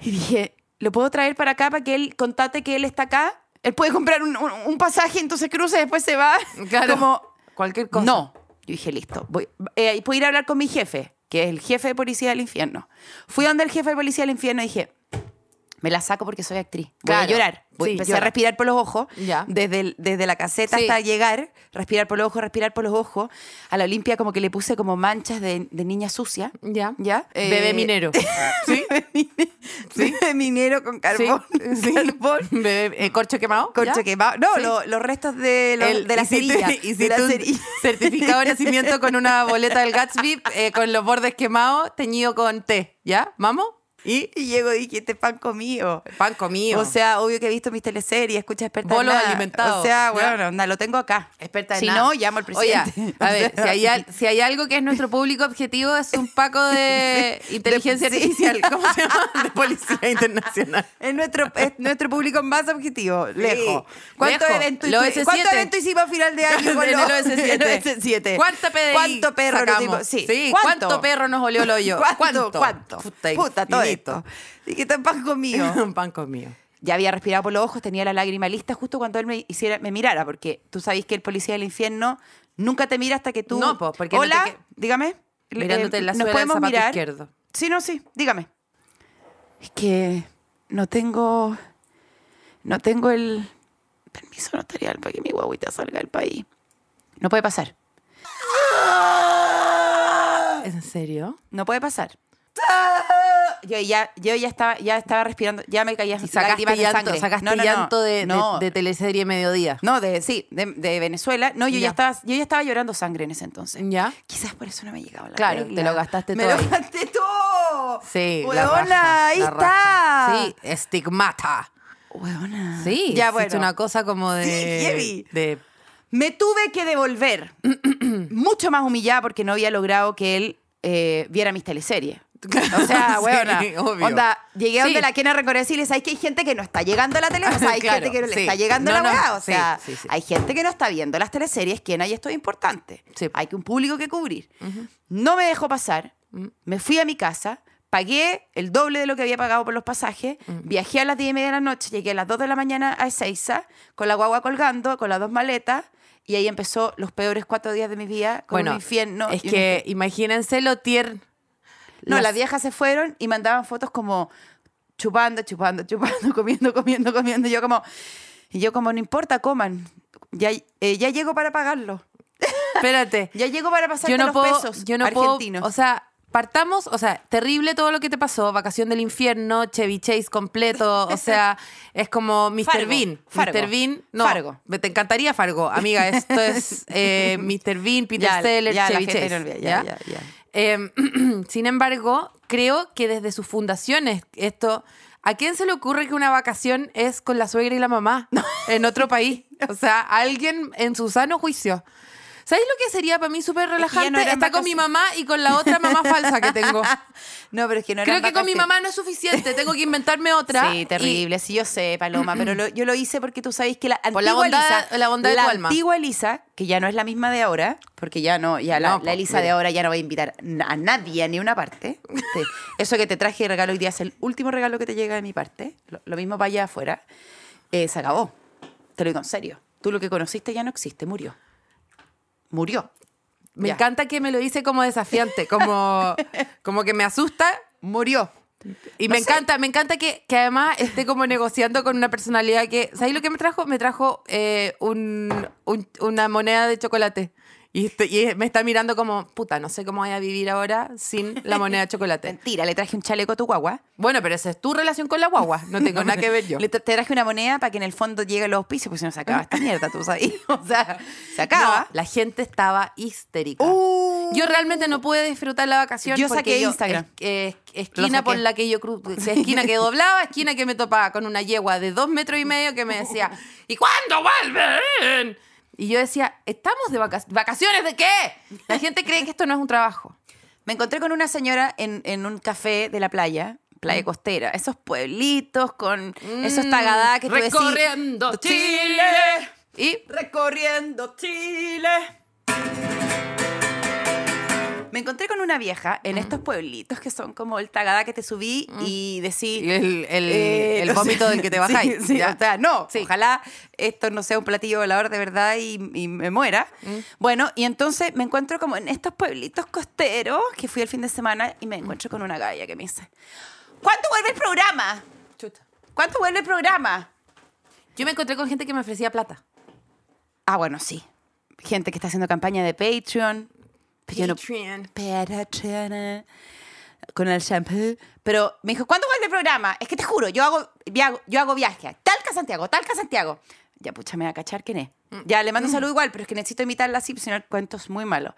Speaker 3: Y dije, ¿lo puedo traer para acá para que él contate que él está acá? Él puede comprar un, un- un pasaje, entonces cruza y después se va.
Speaker 2: [laughs] Claro.
Speaker 3: Como,
Speaker 2: Cualquier cosa.
Speaker 3: No. Yo dije, listo. Voy, eh, y pude ir a hablar con mi jefe, que es el jefe de policía del infierno. Fui donde el jefe de policía del infierno y dije, me la saco porque soy actriz. Voy a
Speaker 2: Claro.
Speaker 3: llorar. Voy,
Speaker 2: Sí,
Speaker 3: empecé
Speaker 2: llora.
Speaker 3: a respirar por los ojos.
Speaker 2: Ya.
Speaker 3: Desde, el- desde la caseta
Speaker 2: Sí.
Speaker 3: hasta llegar, respirar por los ojos, respirar por los ojos. A la Olimpia como que le puse como manchas de, de niña sucia.
Speaker 2: Ya.
Speaker 3: ¿Ya?
Speaker 2: Bebé
Speaker 3: Eh, [laughs]
Speaker 2: minero.
Speaker 3: ¿Sí? minero con carbón.
Speaker 2: Sí.
Speaker 3: [laughs] Carbón.
Speaker 2: Bebé, eh, corcho quemado.
Speaker 3: Corcho
Speaker 2: ¿ya?
Speaker 3: quemado. No,
Speaker 2: Sí.
Speaker 3: lo- los restos de, los-
Speaker 2: El-
Speaker 3: de la
Speaker 2: y si tú- [laughs]
Speaker 3: cerilla.
Speaker 2: y si
Speaker 3: de la
Speaker 2: tú
Speaker 3: cerilla.
Speaker 2: certificado de nacimiento con una boleta del Gatsby, eh, con los bordes quemados, teñido con té. ¿Ya? ¿Vamos?
Speaker 3: [laughs] Y, y llego y dije, este pan comido.
Speaker 2: Pan comido.
Speaker 3: O sea, obvio que he visto mis teleseries, escucha experta
Speaker 2: Bolo
Speaker 3: en nada.
Speaker 2: alimentado.
Speaker 3: O sea,
Speaker 2: Ya.
Speaker 3: bueno, onda, lo tengo acá.
Speaker 2: Experta en
Speaker 3: si
Speaker 2: nada.
Speaker 3: no, llamo al
Speaker 2: Oye,
Speaker 3: presidente.
Speaker 2: a
Speaker 3: [laughs]
Speaker 2: ver,
Speaker 3: O sea,
Speaker 2: si hay, al- si hay algo que es nuestro público objetivo, es un paco
Speaker 3: [laughs]
Speaker 2: de inteligencia
Speaker 3: sí. [laughs]
Speaker 2: artificial. ¿Cómo se llama? De policía internacional.
Speaker 3: Es nuestro, es nuestro público más objetivo, lejos. ¿Cuántos
Speaker 2: lejos.
Speaker 3: eventos
Speaker 2: Lo
Speaker 3: hici-
Speaker 2: S7.
Speaker 3: ¿cuántos eventos hicimos a final
Speaker 2: [laughs]
Speaker 3: de año? con
Speaker 2: En
Speaker 3: los-
Speaker 2: el OS7.
Speaker 3: [laughs] en el OS7?
Speaker 2: ¿Cuánto PDI
Speaker 3: ¿Cuánto perro nos
Speaker 2: sacamos?
Speaker 3: dimos? Sí.
Speaker 2: ¿Cuánto? perro nos olió el hoyo?
Speaker 3: [laughs] ¿Cuánto? ¿Cuánto?
Speaker 2: Puta,
Speaker 3: Puta, todo
Speaker 2: infinito.
Speaker 3: esto. Dije, tan pan comido.
Speaker 2: [laughs] Un pan comido.
Speaker 3: ya había respirado por los ojos, tenía la lágrima lista justo cuando él me hiciera, me mirara, porque tú sabés que el policía del infierno nunca te mira hasta que tú.
Speaker 2: No, po, porque no
Speaker 3: Hola,
Speaker 2: te que-
Speaker 3: dígame.
Speaker 2: Mirándote en la
Speaker 3: eh, ¿nos
Speaker 2: suela del
Speaker 3: podemos
Speaker 2: zapato izquierdo.
Speaker 3: Sí, no, sí, dígame. Es que no tengo. No tengo el permiso notarial para que mi guaguita salga del país. No puede pasar.
Speaker 2: ¿En serio?
Speaker 3: No puede pasar. Ah. Yo ya, yo ya estaba, ya estaba respirando, ya me caía
Speaker 2: Y sacaste
Speaker 3: lágrimas de
Speaker 2: llanto,
Speaker 3: sangre.
Speaker 2: sacaste
Speaker 3: No, no, no.
Speaker 2: llanto de, de-
Speaker 3: No.
Speaker 2: de teleserie Mediodía.
Speaker 3: No, de, sí, de, de Venezuela. No, yo ya.
Speaker 2: Ya.
Speaker 3: estaba, yo ya estaba llorando sangre en ese entonces.
Speaker 2: Ya.
Speaker 3: Quizás por eso no me llegaba la
Speaker 2: Claro,
Speaker 3: regla.
Speaker 2: te lo gastaste
Speaker 3: me
Speaker 2: todo ahí.
Speaker 3: lo gasté todo.
Speaker 2: Sí, la
Speaker 3: Huevona,
Speaker 2: raja,
Speaker 3: ahí
Speaker 2: la
Speaker 3: está.
Speaker 2: raja. Sí, estigmata.
Speaker 3: Huevona.
Speaker 2: Sí,
Speaker 3: Ya,
Speaker 2: es
Speaker 3: bueno.
Speaker 2: una cosa como de...
Speaker 3: Sí, heavy.
Speaker 2: de
Speaker 3: Me tuve
Speaker 2: [clears throat]
Speaker 3: que devolver. Mucho más humillada porque no había logrado que él eh, viera mis teleseries. O
Speaker 2: [laughs]
Speaker 3: sea,
Speaker 2: Sí,
Speaker 3: huevona.
Speaker 2: obvio.
Speaker 3: Onda, llegué a donde
Speaker 2: Sí.
Speaker 3: la Kena reconocer y le sabes que hay gente que no está llegando a la tele. O sea,
Speaker 2: [laughs]
Speaker 3: hay
Speaker 2: Claro,
Speaker 3: gente que no le
Speaker 2: sí.
Speaker 3: está llegando
Speaker 2: No,
Speaker 3: la
Speaker 2: no,
Speaker 3: weá. O
Speaker 2: sí,
Speaker 3: sea,
Speaker 2: sí, sí.
Speaker 3: hay gente que no está viendo las teleseries, Kena, y esto es importante.
Speaker 2: Sí.
Speaker 3: Hay que un público que cubrir. No me dejó pasar.
Speaker 2: Mm.
Speaker 3: Me fui a mi casa. Pagué el doble de lo que había pagado por los pasajes.
Speaker 2: Mm.
Speaker 3: Viajé a las 10 y media de la noche. Llegué a las 2 de la mañana a Ezeiza con la guagua colgando, con las dos maletas. Y ahí empezó los peores cuatro días de mi vida con
Speaker 2: bueno,
Speaker 3: un infierno.
Speaker 2: es
Speaker 3: y un
Speaker 2: que imagínense lo tierno.
Speaker 3: no,
Speaker 2: Las-
Speaker 3: las viejas se fueron y mandaban fotos como chupando, chupando, [laughs] chupando, comiendo, comiendo, comiendo. Y yo como, y yo como, no importa, coman. Ya, eh, ya llego para pagarlo. [laughs]
Speaker 2: Espérate.
Speaker 3: Ya llego para pasarte
Speaker 2: yo no
Speaker 3: los
Speaker 2: puedo,
Speaker 3: pesos
Speaker 2: yo no
Speaker 3: argentinos.
Speaker 2: puedo, o sea, partamos, o sea, terrible todo lo que te pasó, vacación del infierno, Chevy Chase completo, o
Speaker 3: [laughs]
Speaker 2: sea, es como Mr.
Speaker 3: Fargo,
Speaker 2: Bean,
Speaker 3: Fargo,
Speaker 2: Mr. Bean, no,
Speaker 3: Fargo.
Speaker 2: me te encantaría Fargo, amiga, esto
Speaker 3: [laughs]
Speaker 2: es eh, Mr. Bean, Peter
Speaker 3: Ya,
Speaker 2: Sellers,
Speaker 3: ya, la
Speaker 2: Chevy
Speaker 3: gente
Speaker 2: Chase,
Speaker 3: no olvida, ya,
Speaker 2: ¿ya?
Speaker 3: ya, ya.
Speaker 2: Eh, [clears throat] sin embargo, creo que desde sus fundaciones, esto, ¿a quién se le ocurre que una vacación es con la suegra y la mamá [laughs] en otro país? O sea, alguien en su sano juicio. ¿Sabéis lo que sería para mí súper
Speaker 3: que ya no
Speaker 2: relajante?
Speaker 3: eran
Speaker 2: Está con mi mamá y con la otra mamá falsa que tengo.
Speaker 3: [laughs] no, pero es que no
Speaker 2: Creo
Speaker 3: eran
Speaker 2: que con mi
Speaker 3: vacaciones.
Speaker 2: mamá no es suficiente, tengo que inventarme otra.
Speaker 3: Sí,
Speaker 2: y-
Speaker 3: terrible. Sí, yo sé, Paloma, pero lo- yo lo hice porque tú sabes que la antigua
Speaker 2: Por la bondad-
Speaker 3: Elisa,
Speaker 2: la bondad de tu alma.
Speaker 3: antigua Elisa, que ya no es la misma de ahora, porque ya no, ya la,
Speaker 2: No,
Speaker 3: la
Speaker 2: po,
Speaker 3: Elisa
Speaker 2: mira.
Speaker 3: de ahora ya no va a invitar na- a nadie a ni una parte.
Speaker 2: [laughs]
Speaker 3: Te- Eso que te traje de regalo hoy día es el último regalo que te llega de mi parte. Lo, lo mismo para allá afuera. Eh, se acabó. Te lo digo en serio. Tú lo que conociste ya no existe, murió. Murió.
Speaker 2: Me
Speaker 3: Ya.
Speaker 2: encanta que me lo dice como desafiante,
Speaker 3: [laughs]
Speaker 2: como, como que me asusta.
Speaker 3: Murió.
Speaker 2: Y
Speaker 3: No
Speaker 2: me
Speaker 3: sé.
Speaker 2: encanta, me encanta que, que además esté como negociando con una personalidad que... ¿Sabes lo que me trajo? Me trajo eh, un- un- una moneda de chocolate. Y, este- y me está mirando como, puta, no sé cómo voy a vivir ahora sin la moneda de
Speaker 3: [laughs]
Speaker 2: chocolate.
Speaker 3: Mentira, le traje un chaleco a tu guagua.
Speaker 2: Bueno, pero esa es tu relación con la guagua. No tengo nada que ver yo.
Speaker 3: [laughs] Le tra- te traje una moneda para que en el fondo llegue a los auspicios, pues si no se acaba esta mierda, tú sabes. [laughs] O sea, se acaba.
Speaker 2: No, la gente estaba histérica.
Speaker 3: Uh.
Speaker 2: Yo realmente no pude disfrutar la vacación.
Speaker 3: Yo
Speaker 2: porque
Speaker 3: saqué Instagram.
Speaker 2: es- es-
Speaker 3: Lo
Speaker 2: esquina
Speaker 3: saqué.
Speaker 2: por la que yo cru- esquina que doblaba, esquina que me topaba con una yegua de dos metros y medio que me decía, ¿y cuándo vuelven? Y yo decía, ¿estamos de vacaciones? ¿Vacaciones de qué? La gente cree que esto no es un trabajo.
Speaker 3: Me encontré con una señora en, en un café de la playa, playa costera, esos pueblitos con
Speaker 2: Mm,
Speaker 3: esos tagadá que tú decís,
Speaker 2: recorriendo Chile. Y
Speaker 3: recorriendo Chile. Me encontré con una vieja en
Speaker 2: Mm.
Speaker 3: estos pueblitos que son como el tagadá que te subí y decís...
Speaker 2: y el, el-
Speaker 3: Eh,
Speaker 2: el
Speaker 3: o sea,
Speaker 2: vómito del que te bajáis.
Speaker 3: [laughs] Sí, sí,
Speaker 2: ya.
Speaker 3: o sea, no.
Speaker 2: Sí.
Speaker 3: Ojalá esto no sea un platillo volador de verdad y, y me muera.
Speaker 2: Mm.
Speaker 3: Bueno, y entonces me encuentro como en estos pueblitos costeros que fui el fin de semana y me encuentro con una galla que me dice: ¿Cuánto vuelve el programa? ¿Cuánto vuelve el programa?
Speaker 2: Yo me encontré con gente que me ofrecía plata.
Speaker 3: Ah, bueno, sí. Gente que está haciendo campaña de Patreon. Pero yo no-
Speaker 2: Patreon.
Speaker 3: Patreon. eh, Con el shampoo. Pero me dijo, ¿cuándo vuelve el programa? Es que te juro, yo hago, via- yo hago viaje. a Talca Santiago, Talca Santiago. Ya, pucha, me va a cachar quién es. Ya, le mando un saludo igual, pero es que necesito imitarla así, porque si no el cuento es muy malo.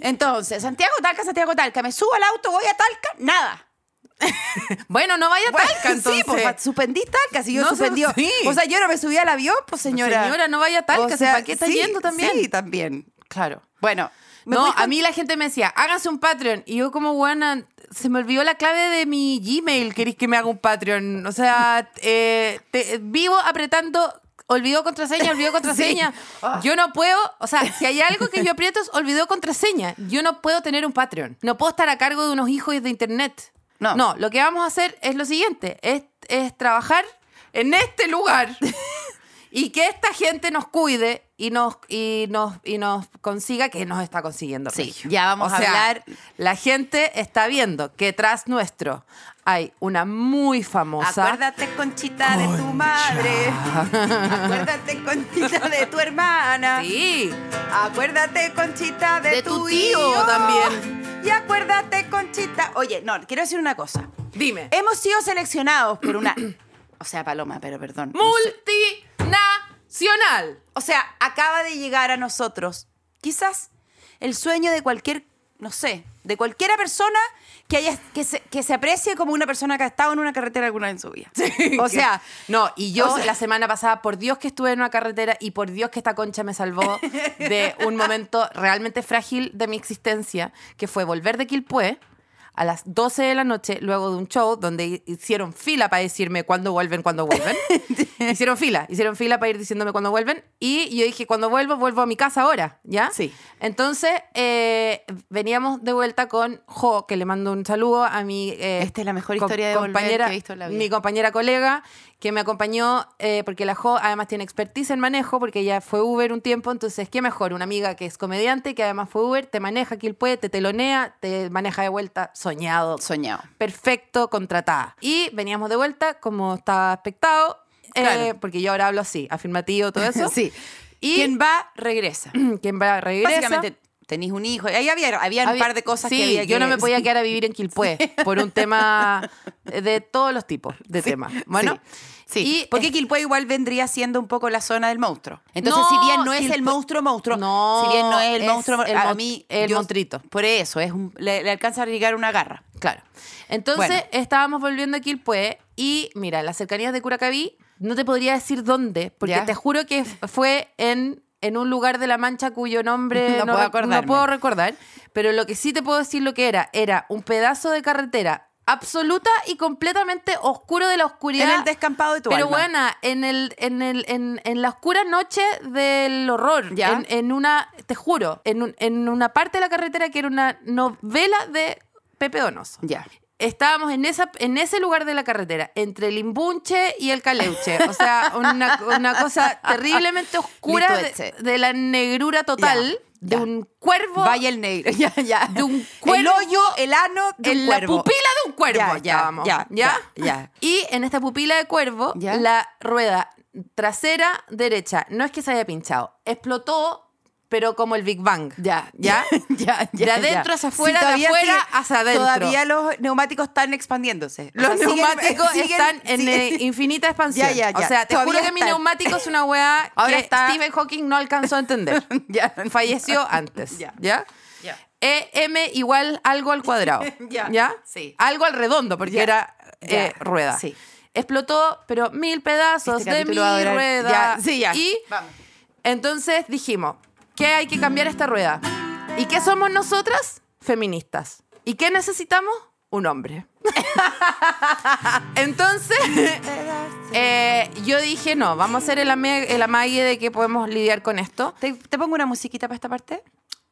Speaker 3: Entonces, Santiago, Talca, Santiago, Talca. Me subo al auto, voy a Talca, nada.
Speaker 2: Bueno, no vaya a
Speaker 3: Bueno,
Speaker 2: Talca,
Speaker 3: sí,
Speaker 2: entonces.
Speaker 3: pues, fa- suspendí Talca, si yo
Speaker 2: No,
Speaker 3: suspendió.
Speaker 2: sí.
Speaker 3: O sea, yo no me subí al avión, pues señora.
Speaker 2: Señora, no vaya a Talca, si ¿para qué está
Speaker 3: sí,
Speaker 2: yendo también?
Speaker 3: Sí, también.
Speaker 2: Claro.
Speaker 3: Bueno. me
Speaker 2: No,
Speaker 3: voy con-
Speaker 2: a mí la gente me decía, háganse un Patreon. Y yo como, buena, se me olvidó la clave de mi Gmail, ¿queréis que me haga un Patreon? O sea, eh, te- vivo apretando, olvidó contraseña,
Speaker 3: [laughs]
Speaker 2: olvidó contraseña.
Speaker 3: Ah.
Speaker 2: Yo no puedo, o sea, si hay algo que yo aprieto es olvidó contraseña. Yo no puedo tener un Patreon. No puedo estar a cargo de unos hijos de internet.
Speaker 3: No.
Speaker 2: No, lo que vamos a hacer es lo siguiente, es, es trabajar en este lugar y que esta gente nos cuide y nos, y nos, y nos consiga que nos está consiguiendo.
Speaker 3: Sí,
Speaker 2: Regio.
Speaker 3: ya vamos
Speaker 2: O
Speaker 3: a
Speaker 2: sea,
Speaker 3: hablar.
Speaker 2: La gente está viendo que tras nuestro hay una muy famosa.
Speaker 3: Acuérdate, Conchita, de tu madre. Acuérdate, Conchita, de tu hermana.
Speaker 2: Sí.
Speaker 3: Acuérdate, Conchita, de,
Speaker 2: De tu tío también.
Speaker 3: Y acuérdate, Conchita. Oye, no, quiero decir una cosa.
Speaker 2: Dime.
Speaker 3: Hemos sido seleccionados por una. [coughs] O sea, Paloma, pero perdón. no sé.
Speaker 2: Multinacional.
Speaker 3: O sea, acaba de llegar a nosotros. Quizás el sueño de cualquier, no sé, de cualquiera persona que, haya, que, se, que se aprecie como una persona que ha estado en una carretera alguna vez en su vida.
Speaker 2: [laughs]
Speaker 3: o sea,
Speaker 2: no, y yo
Speaker 3: o sea-
Speaker 2: la semana pasada, por Dios que estuve en una carretera y por Dios que esta concha me salvó
Speaker 3: [laughs]
Speaker 2: de un momento realmente frágil de mi existencia, que fue volver de Quilpué a las 12 de la noche, luego de un show donde hicieron fila para decirme cuándo vuelven, cuándo
Speaker 3: [laughs]
Speaker 2: vuelven. hicieron fila, hicieron fila para ir diciéndome cuándo vuelven. Y yo dije, cuando vuelvo, vuelvo a mi casa ahora, ¿ya?
Speaker 3: Sí.
Speaker 2: Entonces, eh, veníamos de vuelta con Jo, que le mando un saludo a mi... eh,
Speaker 3: Esta es la mejor
Speaker 2: co-
Speaker 3: historia de volver
Speaker 2: compañera,
Speaker 3: que he visto en la vida.
Speaker 2: Mi compañera colega que me acompañó, eh, porque la Jo además tiene expertise en manejo, porque ella fue Uber un tiempo, entonces, ¿qué mejor? Una amiga que es comediante, que además fue Uber, te maneja, quien puede, te telonea, te maneja de vuelta, soñado,
Speaker 3: soñado.
Speaker 2: perfecto, contratada. Y veníamos de vuelta, como estaba expectado, eh,
Speaker 3: Claro.
Speaker 2: porque yo ahora hablo así, afirmativo, todo eso.
Speaker 3: [laughs] Sí.
Speaker 2: Y
Speaker 3: Quien va, regresa.
Speaker 2: [clears throat] quien va regresa.
Speaker 3: Básicamente, tenéis un hijo. Ahí había, había un
Speaker 2: Había-
Speaker 3: par de cosas
Speaker 2: sí,
Speaker 3: que había que
Speaker 2: yo no me podía
Speaker 3: sí.
Speaker 2: quedar a vivir en
Speaker 3: [laughs]
Speaker 2: Quilpué por un tema de todos los tipos de temas. Bueno,
Speaker 3: Sí,
Speaker 2: y-
Speaker 3: porque
Speaker 2: eh,
Speaker 3: Quilpué igual vendría siendo un poco la zona del monstruo. Entonces,
Speaker 2: No,
Speaker 3: si bien no es
Speaker 2: Quilpué-
Speaker 3: el monstruo monstruo,
Speaker 2: No,
Speaker 3: si bien no es el
Speaker 2: es
Speaker 3: monstruo
Speaker 2: el
Speaker 3: a
Speaker 2: mon-
Speaker 3: mí
Speaker 2: el montrito.
Speaker 3: Por eso, es un- le, le alcanza a llegar una garra.
Speaker 2: claro. Entonces
Speaker 3: Bueno.
Speaker 2: estábamos volviendo a Quilpué y mira, en las cercanías de Curacaví, no te podría decir dónde, porque
Speaker 3: Ya.
Speaker 2: te juro que f- fue en, en un lugar de La Mancha cuyo nombre
Speaker 3: [laughs] No puedo
Speaker 2: rec-
Speaker 3: acordarme.
Speaker 2: puedo recordar, pero lo que sí te puedo decir lo que era, era un pedazo de carretera absoluta y completamente oscuro de la oscuridad.
Speaker 3: En el descampado de tu
Speaker 2: Pero
Speaker 3: alma.
Speaker 2: buena, en el, en el, en, en la oscura noche del horror.
Speaker 3: Ya.
Speaker 2: En, en una, te juro, en, un- en una parte de la carretera que era una novela de Pepe Donoso.
Speaker 3: Ya.
Speaker 2: Estábamos en, esa, en ese lugar de la carretera, entre el imbunche y el caleuche. O
Speaker 3: [laughs]
Speaker 2: sea, una, una cosa terriblemente oscura de,
Speaker 3: Litueche.
Speaker 2: de la negrura total.
Speaker 3: Ya.
Speaker 2: de
Speaker 3: Ya.
Speaker 2: un cuervo.
Speaker 3: Vaya el negro, [laughs] ya, ya.
Speaker 2: De un cuervo.
Speaker 3: El hoyo, el ano de un
Speaker 2: en la
Speaker 3: cuervo.
Speaker 2: pupila de un cuervo.
Speaker 3: Ya, ya,
Speaker 2: estábamos,
Speaker 3: ya, ya, ya.
Speaker 2: Y en esta pupila de cuervo,
Speaker 3: Ya.
Speaker 2: la rueda trasera derecha, no es que se haya pinchado, explotó, pero como el Big Bang.
Speaker 3: Ya,
Speaker 2: [laughs] ¿Ya?
Speaker 3: ya, ya.
Speaker 2: De adentro
Speaker 3: ya.
Speaker 2: hacia afuera, de
Speaker 3: todavía
Speaker 2: afuera hacia adentro.
Speaker 3: Todavía los neumáticos están expandiéndose. O
Speaker 2: Los
Speaker 3: sea, siguen-
Speaker 2: neumáticos
Speaker 3: [laughs] siguen-
Speaker 2: están en
Speaker 3: siguen-
Speaker 2: eh, infinita expansión.
Speaker 3: Ya, ya, ya.
Speaker 2: O sea, te
Speaker 3: Todavía
Speaker 2: juro que mi
Speaker 3: están.
Speaker 2: neumático es una weá
Speaker 3: [laughs] Ahora
Speaker 2: que
Speaker 3: está-
Speaker 2: Stephen Hawking no alcanzó a [laughs] entender.
Speaker 3: [laughs] [laughs] Ya.
Speaker 2: Falleció antes.
Speaker 3: Ya.
Speaker 2: ¿Ya?
Speaker 3: Ya.
Speaker 2: EM igual algo al cuadrado.
Speaker 3: [laughs] Ya, sí.
Speaker 2: Algo al redondo, porque
Speaker 3: Ya,
Speaker 2: era eh,
Speaker 3: ya,
Speaker 2: rueda.
Speaker 3: sí.
Speaker 2: Explotó, pero mil pedazos
Speaker 3: Este
Speaker 2: de mi
Speaker 3: capítulo va a durar-
Speaker 2: rueda.
Speaker 3: ya, sí, ya.
Speaker 2: Y
Speaker 3: Vamos.
Speaker 2: [laughs] entonces dijimos, ¿qué hay que cambiar esta rueda? ¿Y qué somos nosotras? Feministas. ¿Y qué necesitamos? Un hombre. [laughs] entonces, eh, yo dije, no, vamos a hacer el, ame- el amague de que podemos lidiar con esto.
Speaker 3: ¿Te, te pongo una musiquita para esta parte?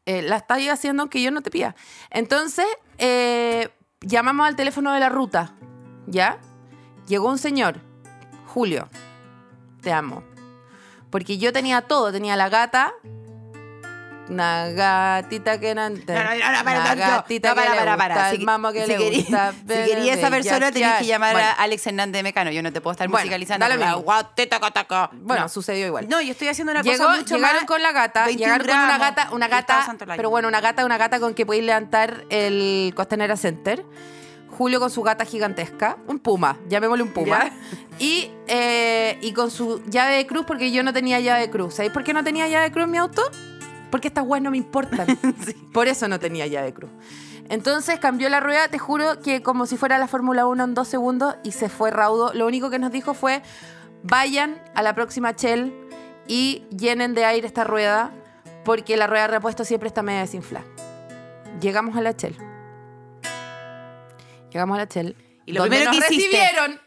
Speaker 2: Eh, la estás haciendo aunque yo no te pida. Entonces, eh, llamamos al teléfono de la ruta, ¿ya? Llegó un señor, Julio, te amo. Porque yo tenía todo, tenía la gata, una gatita que no
Speaker 3: No,
Speaker 2: entendía.
Speaker 3: no, no, no, para, no, no, no, para, para, para. Si-
Speaker 2: el mamo que
Speaker 3: si
Speaker 2: le
Speaker 3: querí-
Speaker 2: gusta.
Speaker 3: [laughs] si
Speaker 2: ver,
Speaker 3: quería esa
Speaker 2: ver,
Speaker 3: persona, tenías que
Speaker 2: yaquear.
Speaker 3: llamar
Speaker 2: Bueno,
Speaker 3: a Alex Hernández Mecano. Yo no te puedo estar
Speaker 2: Bueno,
Speaker 3: musicalizando.
Speaker 2: da lo
Speaker 3: con la
Speaker 2: mismo.
Speaker 3: guate, taca, taca.
Speaker 2: Bueno,
Speaker 3: No.
Speaker 2: sucedió igual.
Speaker 3: No, yo estoy haciendo una
Speaker 2: Llegó,
Speaker 3: cosa mucho
Speaker 2: llegaron
Speaker 3: más-
Speaker 2: con la gata,
Speaker 3: 21
Speaker 2: llegaron con una
Speaker 3: gramos,
Speaker 2: gata, una
Speaker 3: Gustavo
Speaker 2: gata,
Speaker 3: Santolaya.
Speaker 2: pero bueno, una gata, una gata con que podéis levantar el Costanera Center. Julio con su gata gigantesca, un puma, llamémosle un puma.
Speaker 3: Ya.
Speaker 2: Y, eh, y con su llave de cruz, porque yo no tenía llave de cruz. ¿Sabéis por qué no tenía llave de cruz en mi auto? Porque estas weas no me
Speaker 3: [laughs]
Speaker 2: importan. Por eso no tenía llave de cruz. Entonces cambió la rueda, te juro que como si fuera la Fórmula 1 en dos segundos y se fue raudo. Lo único que nos dijo fue, vayan a la próxima Shell y llenen de aire esta rueda porque la rueda de repuesto siempre está medio desinflada. Llegamos a la Shell. Llegamos a la Shell.
Speaker 3: Y lo
Speaker 2: donde
Speaker 3: primero
Speaker 2: nos
Speaker 3: que hiciste-
Speaker 2: recibieron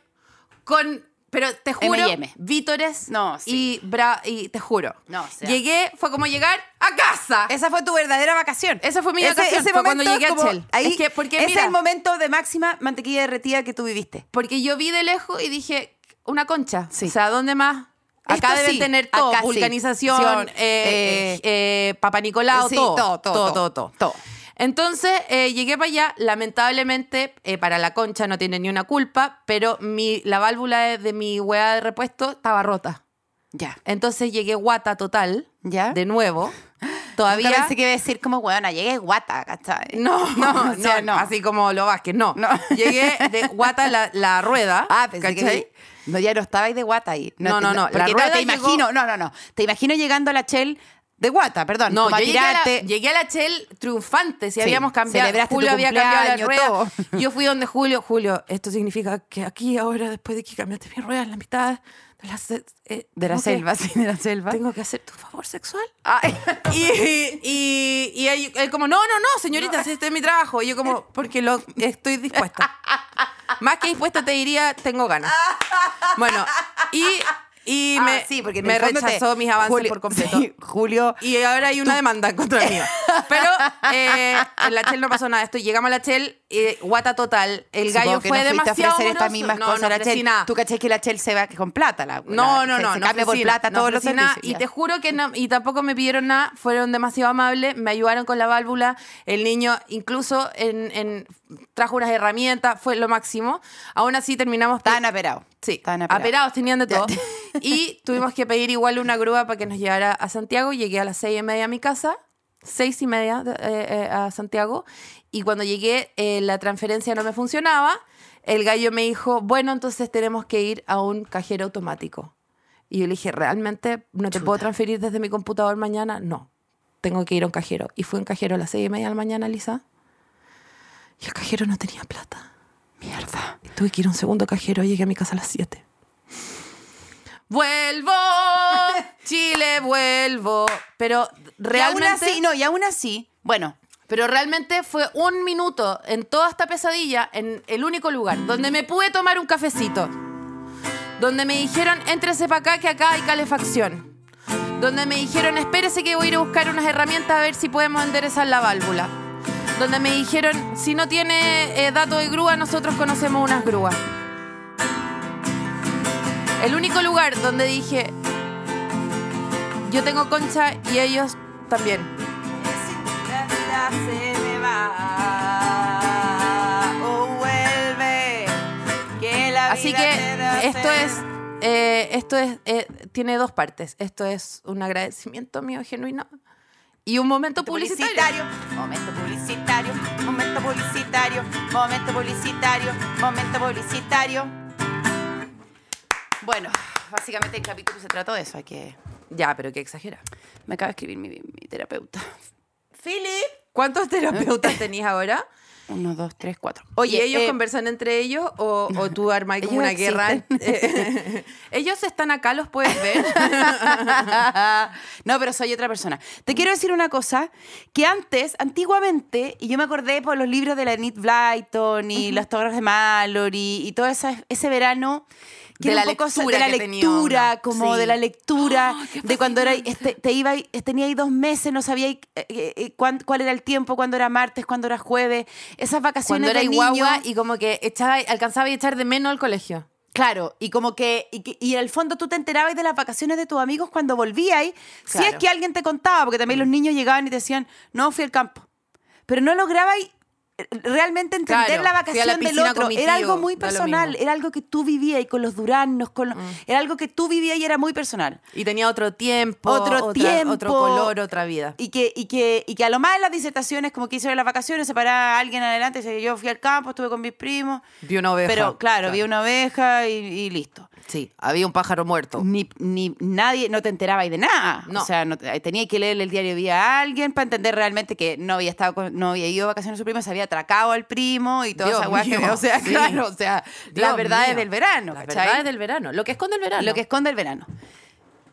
Speaker 2: con... Pero te juro,
Speaker 3: M&M.
Speaker 2: vítores
Speaker 3: No, sí.
Speaker 2: y, bra- y te juro.
Speaker 3: No, o sea.
Speaker 2: Llegué, fue como llegar a casa.
Speaker 3: Esa fue tu verdadera vacación.
Speaker 2: Esa fue mi vacación, fue cuando llegué a
Speaker 3: como-
Speaker 2: Shell.
Speaker 3: Ahí,
Speaker 2: Es que, porque
Speaker 3: ese
Speaker 2: mira-
Speaker 3: es el momento de máxima mantequilla derretida que tú viviste.
Speaker 2: Porque yo vi de lejos y dije, una concha.
Speaker 3: Sí.
Speaker 2: O sea, ¿dónde más?
Speaker 3: Esto
Speaker 2: Acá deben
Speaker 3: sí,
Speaker 2: tener todo.
Speaker 3: acá sí.
Speaker 2: Vulcanización,
Speaker 3: Sion,
Speaker 2: eh,
Speaker 3: eh,
Speaker 2: eh, Papa Nicolau,
Speaker 3: Sí,
Speaker 2: todo,
Speaker 3: todo, todo,
Speaker 2: todo, todo,
Speaker 3: todo.
Speaker 2: Entonces eh, llegué para allá, lamentablemente eh, para la concha no tiene ni una culpa, pero mi, la válvula de, de mi hueá de repuesto estaba rota.
Speaker 3: Ya.
Speaker 2: Entonces llegué guata total,
Speaker 3: ¿Ya?
Speaker 2: de
Speaker 3: [gasps]
Speaker 2: nuevo.
Speaker 3: Nunca
Speaker 2: Todavía
Speaker 3: pensé que iba a decir como, weona, llegué guata, ¿cachai?
Speaker 2: [laughs]
Speaker 3: [laughs]
Speaker 2: no, no,
Speaker 3: o sea,
Speaker 2: no, así como lo Vázquez, no.
Speaker 3: No.
Speaker 2: Llegué de guata la, la rueda.
Speaker 3: [laughs] Ah, pensé
Speaker 2: ¿cachai?
Speaker 3: que... No, ya no estabais de guata ahí.
Speaker 2: No, no,
Speaker 3: te-
Speaker 2: no, la
Speaker 3: Porque claro,
Speaker 2: rueda
Speaker 3: te
Speaker 2: llegó-
Speaker 3: imagino, no, no, no. Te imagino llegando a la Shell de guata, perdón.
Speaker 2: No,
Speaker 3: como a
Speaker 2: yo llegué a, la,
Speaker 3: tirarte.
Speaker 2: llegué a la Shell triunfante. Si
Speaker 3: Sí,
Speaker 2: habíamos cambiado,
Speaker 3: celebraste
Speaker 2: Julio
Speaker 3: tu
Speaker 2: había cambiado la rueda.
Speaker 3: cumpleaños,
Speaker 2: [laughs] Yo fui donde Julio. Julio, esto significa que aquí ahora, después de que cambiaste mi rueda en la mitad de la, se- eh,
Speaker 3: De
Speaker 2: tengo
Speaker 3: la
Speaker 2: que-
Speaker 3: selva, [laughs] sí, de la selva.
Speaker 2: Tengo que hacer tu favor sexual.
Speaker 3: Ah,
Speaker 2: [laughs] Y, y, y él, él como, no, no, no, señorita, si este es mi trabajo. Y yo como, porque lo estoy dispuesta.
Speaker 3: [laughs]
Speaker 2: Más que dispuesta te diría, tengo ganas. Bueno, y, y
Speaker 3: ah,
Speaker 2: me,
Speaker 3: sí, porque en
Speaker 2: me
Speaker 3: el fondo te-
Speaker 2: rechazó mis avances
Speaker 3: Julio-
Speaker 2: por completo.
Speaker 3: [laughs] sí, Julio,
Speaker 2: Y ahora hay una demanda
Speaker 3: [laughs]
Speaker 2: contra mí. Pero eh, en la Chel no pasó nada. Esto llegamos a la Chel, eh, guata total. El
Speaker 3: Supongo
Speaker 2: gallo
Speaker 3: que
Speaker 2: fue
Speaker 3: no fuiste
Speaker 2: demasiado.
Speaker 3: a ofrecer estas
Speaker 2: amoroso.
Speaker 3: mismas
Speaker 2: no,
Speaker 3: cosas
Speaker 2: no
Speaker 3: a la
Speaker 2: ofrecí
Speaker 3: Chel.
Speaker 2: nada.
Speaker 3: Tú caché que la Chel se va con plata. La,
Speaker 2: No,
Speaker 3: la-
Speaker 2: no,
Speaker 3: se-
Speaker 2: no.
Speaker 3: Se
Speaker 2: no
Speaker 3: cambia por
Speaker 2: ofrecí nada,
Speaker 3: plata
Speaker 2: no
Speaker 3: todos los
Speaker 2: ofrecí nada.
Speaker 3: servicios.
Speaker 2: Y
Speaker 3: ya.
Speaker 2: te juro que no, y tampoco me pidieron nada. Fueron demasiado amables, me ayudaron con la válvula. El niño incluso en, en- trajo unas herramientas, fue lo máximo. Aún así terminamos... pi-
Speaker 3: Estaban aperados.
Speaker 2: Sí,
Speaker 3: Estaban
Speaker 2: aperados.
Speaker 3: aperados.
Speaker 2: tenían de
Speaker 3: Ya. [laughs]
Speaker 2: todo. Y tuvimos que pedir igual una grúa para que nos llevara a Santiago. Llegué a las seis y media a mi casa, seis y media de- eh, eh, a Santiago. Y cuando llegué, eh, la transferencia no me funcionaba. El gallo me dijo, bueno, entonces tenemos que ir a un cajero automático. Y yo le dije, ¿realmente no te puedo transferir desde mi computador mañana? No, tengo que ir a un cajero. Y fui a un cajero a las seis y media de la mañana, Lisa. Y el cajero no tenía plata.
Speaker 3: Mierda.
Speaker 2: Y Tuve que ir a un segundo cajero, llegué a mi casa a las 7. Vuelvo, [laughs] Chile, vuelvo. Pero
Speaker 3: Realmente, y aún
Speaker 2: realmente,
Speaker 3: así, no, y aún así, bueno,
Speaker 2: pero realmente fue un minuto en toda esta pesadilla, en el único lugar donde me pude tomar un cafecito. Donde me dijeron, éntrese para acá que acá hay calefacción. Donde me dijeron, espérese que voy a ir a buscar unas herramientas a ver si podemos enderezar la válvula. Donde me dijeron, si no tiene eh, dato de grúa, nosotros conocemos unas grúas. El único lugar donde dije, yo tengo concha y ellos también.
Speaker 5: vida se me va. O vuelve. Que la
Speaker 2: Así
Speaker 5: vida te da
Speaker 2: que esto
Speaker 5: sed.
Speaker 2: es, eh, esto es, eh, tiene dos partes. Esto es un agradecimiento mío genuino y un
Speaker 3: Este
Speaker 2: momento publicitario.
Speaker 5: Momento publicitario, momento publicitario, momento publicitario, momento publicitario.
Speaker 3: Bueno, básicamente el capítulo se trató de eso. Hay que...
Speaker 2: Ya, pero qué exagera.
Speaker 3: Me acaba de escribir mi, mi terapeuta.
Speaker 5: Philip.
Speaker 2: ¿Cuántos terapeutas [laughs] tenéis ahora?
Speaker 3: Uno, dos, tres, cuatro.
Speaker 2: Oye, ¿ellos
Speaker 3: eh,
Speaker 2: conversan entre ellos o, o tú armas como una
Speaker 3: ellos
Speaker 2: guerra? Eh, [laughs] ellos están acá, los puedes
Speaker 3: [laughs]
Speaker 2: ver.
Speaker 3: no, pero soy otra persona.
Speaker 2: Mm.
Speaker 3: Te quiero decir una cosa, que antes, antiguamente, y yo me acordé por los libros de la Enid Blyton y las torres de Mallory y todo esa- ese verano que
Speaker 2: De
Speaker 3: era
Speaker 2: la
Speaker 3: un poco esa-
Speaker 2: lectura
Speaker 3: de la
Speaker 2: que tenía
Speaker 3: lectura,
Speaker 2: uno.
Speaker 3: como de
Speaker 2: Sí.
Speaker 3: la lectura,
Speaker 2: Oh, qué
Speaker 3: de cuando era, este, te iba, y- tenía ahí dos meses, no sabía eh, eh, eh, cuán- cuál era el tiempo, cuándo era martes, cuándo era jueves, esas vacaciones
Speaker 2: Cuando era
Speaker 3: de niño.
Speaker 2: guagua y como que echaba, alcanzaba a echar de menos al colegio.
Speaker 3: Claro, y como que, y, que- y en el fondo tú te enterabas de las vacaciones de tus amigos cuando volvíais, si es
Speaker 2: Claro. Mm.
Speaker 3: que alguien te contaba, porque también los niños llegaban y te decían, no, fui al campo. Pero no lograbais eh, realmente entender
Speaker 2: Claro,
Speaker 3: la
Speaker 2: fui a
Speaker 3: vacación
Speaker 2: la
Speaker 3: del
Speaker 2: piscina
Speaker 3: otro.
Speaker 2: con mi
Speaker 3: Era
Speaker 2: tío,
Speaker 3: algo muy
Speaker 2: da lo
Speaker 3: personal,
Speaker 2: mismo. Mm.
Speaker 3: era algo que tú vivías y con los duranos, con lo- era algo que tú vivías y era muy personal.
Speaker 2: Y tenía otro tiempo,
Speaker 3: Otro
Speaker 2: otra-
Speaker 3: tiempo.
Speaker 2: otro color, otra vida.
Speaker 3: Y que, y, que, y que a lo más en las disertaciones, como que hicieron las vacaciones, se paraba alguien adelante y decía, yo fui al campo, estuve con mis primos.
Speaker 2: Vi una oveja.
Speaker 3: Pero claro, vi una oveja y- y listo.
Speaker 2: Sí, había un pájaro muerto.
Speaker 3: Ni, ni nadie, no te enterabais de nada.
Speaker 2: No.
Speaker 3: O sea, no te- tenía que leer el diario vía a alguien para entender realmente que no había estado con- no había ido de vacaciones a su primo, se había atracado al primo y todo
Speaker 2: Dios
Speaker 3: esa weá que-
Speaker 2: mío,
Speaker 3: O sea,
Speaker 2: sí.
Speaker 3: [laughs] claro, o sea, la
Speaker 2: Dios
Speaker 3: verdad es
Speaker 2: mío.
Speaker 3: del verano,
Speaker 2: Las
Speaker 3: ¿cachai?
Speaker 2: verdades del verano. Lo que esconde el verano.
Speaker 3: Lo que esconde el verano.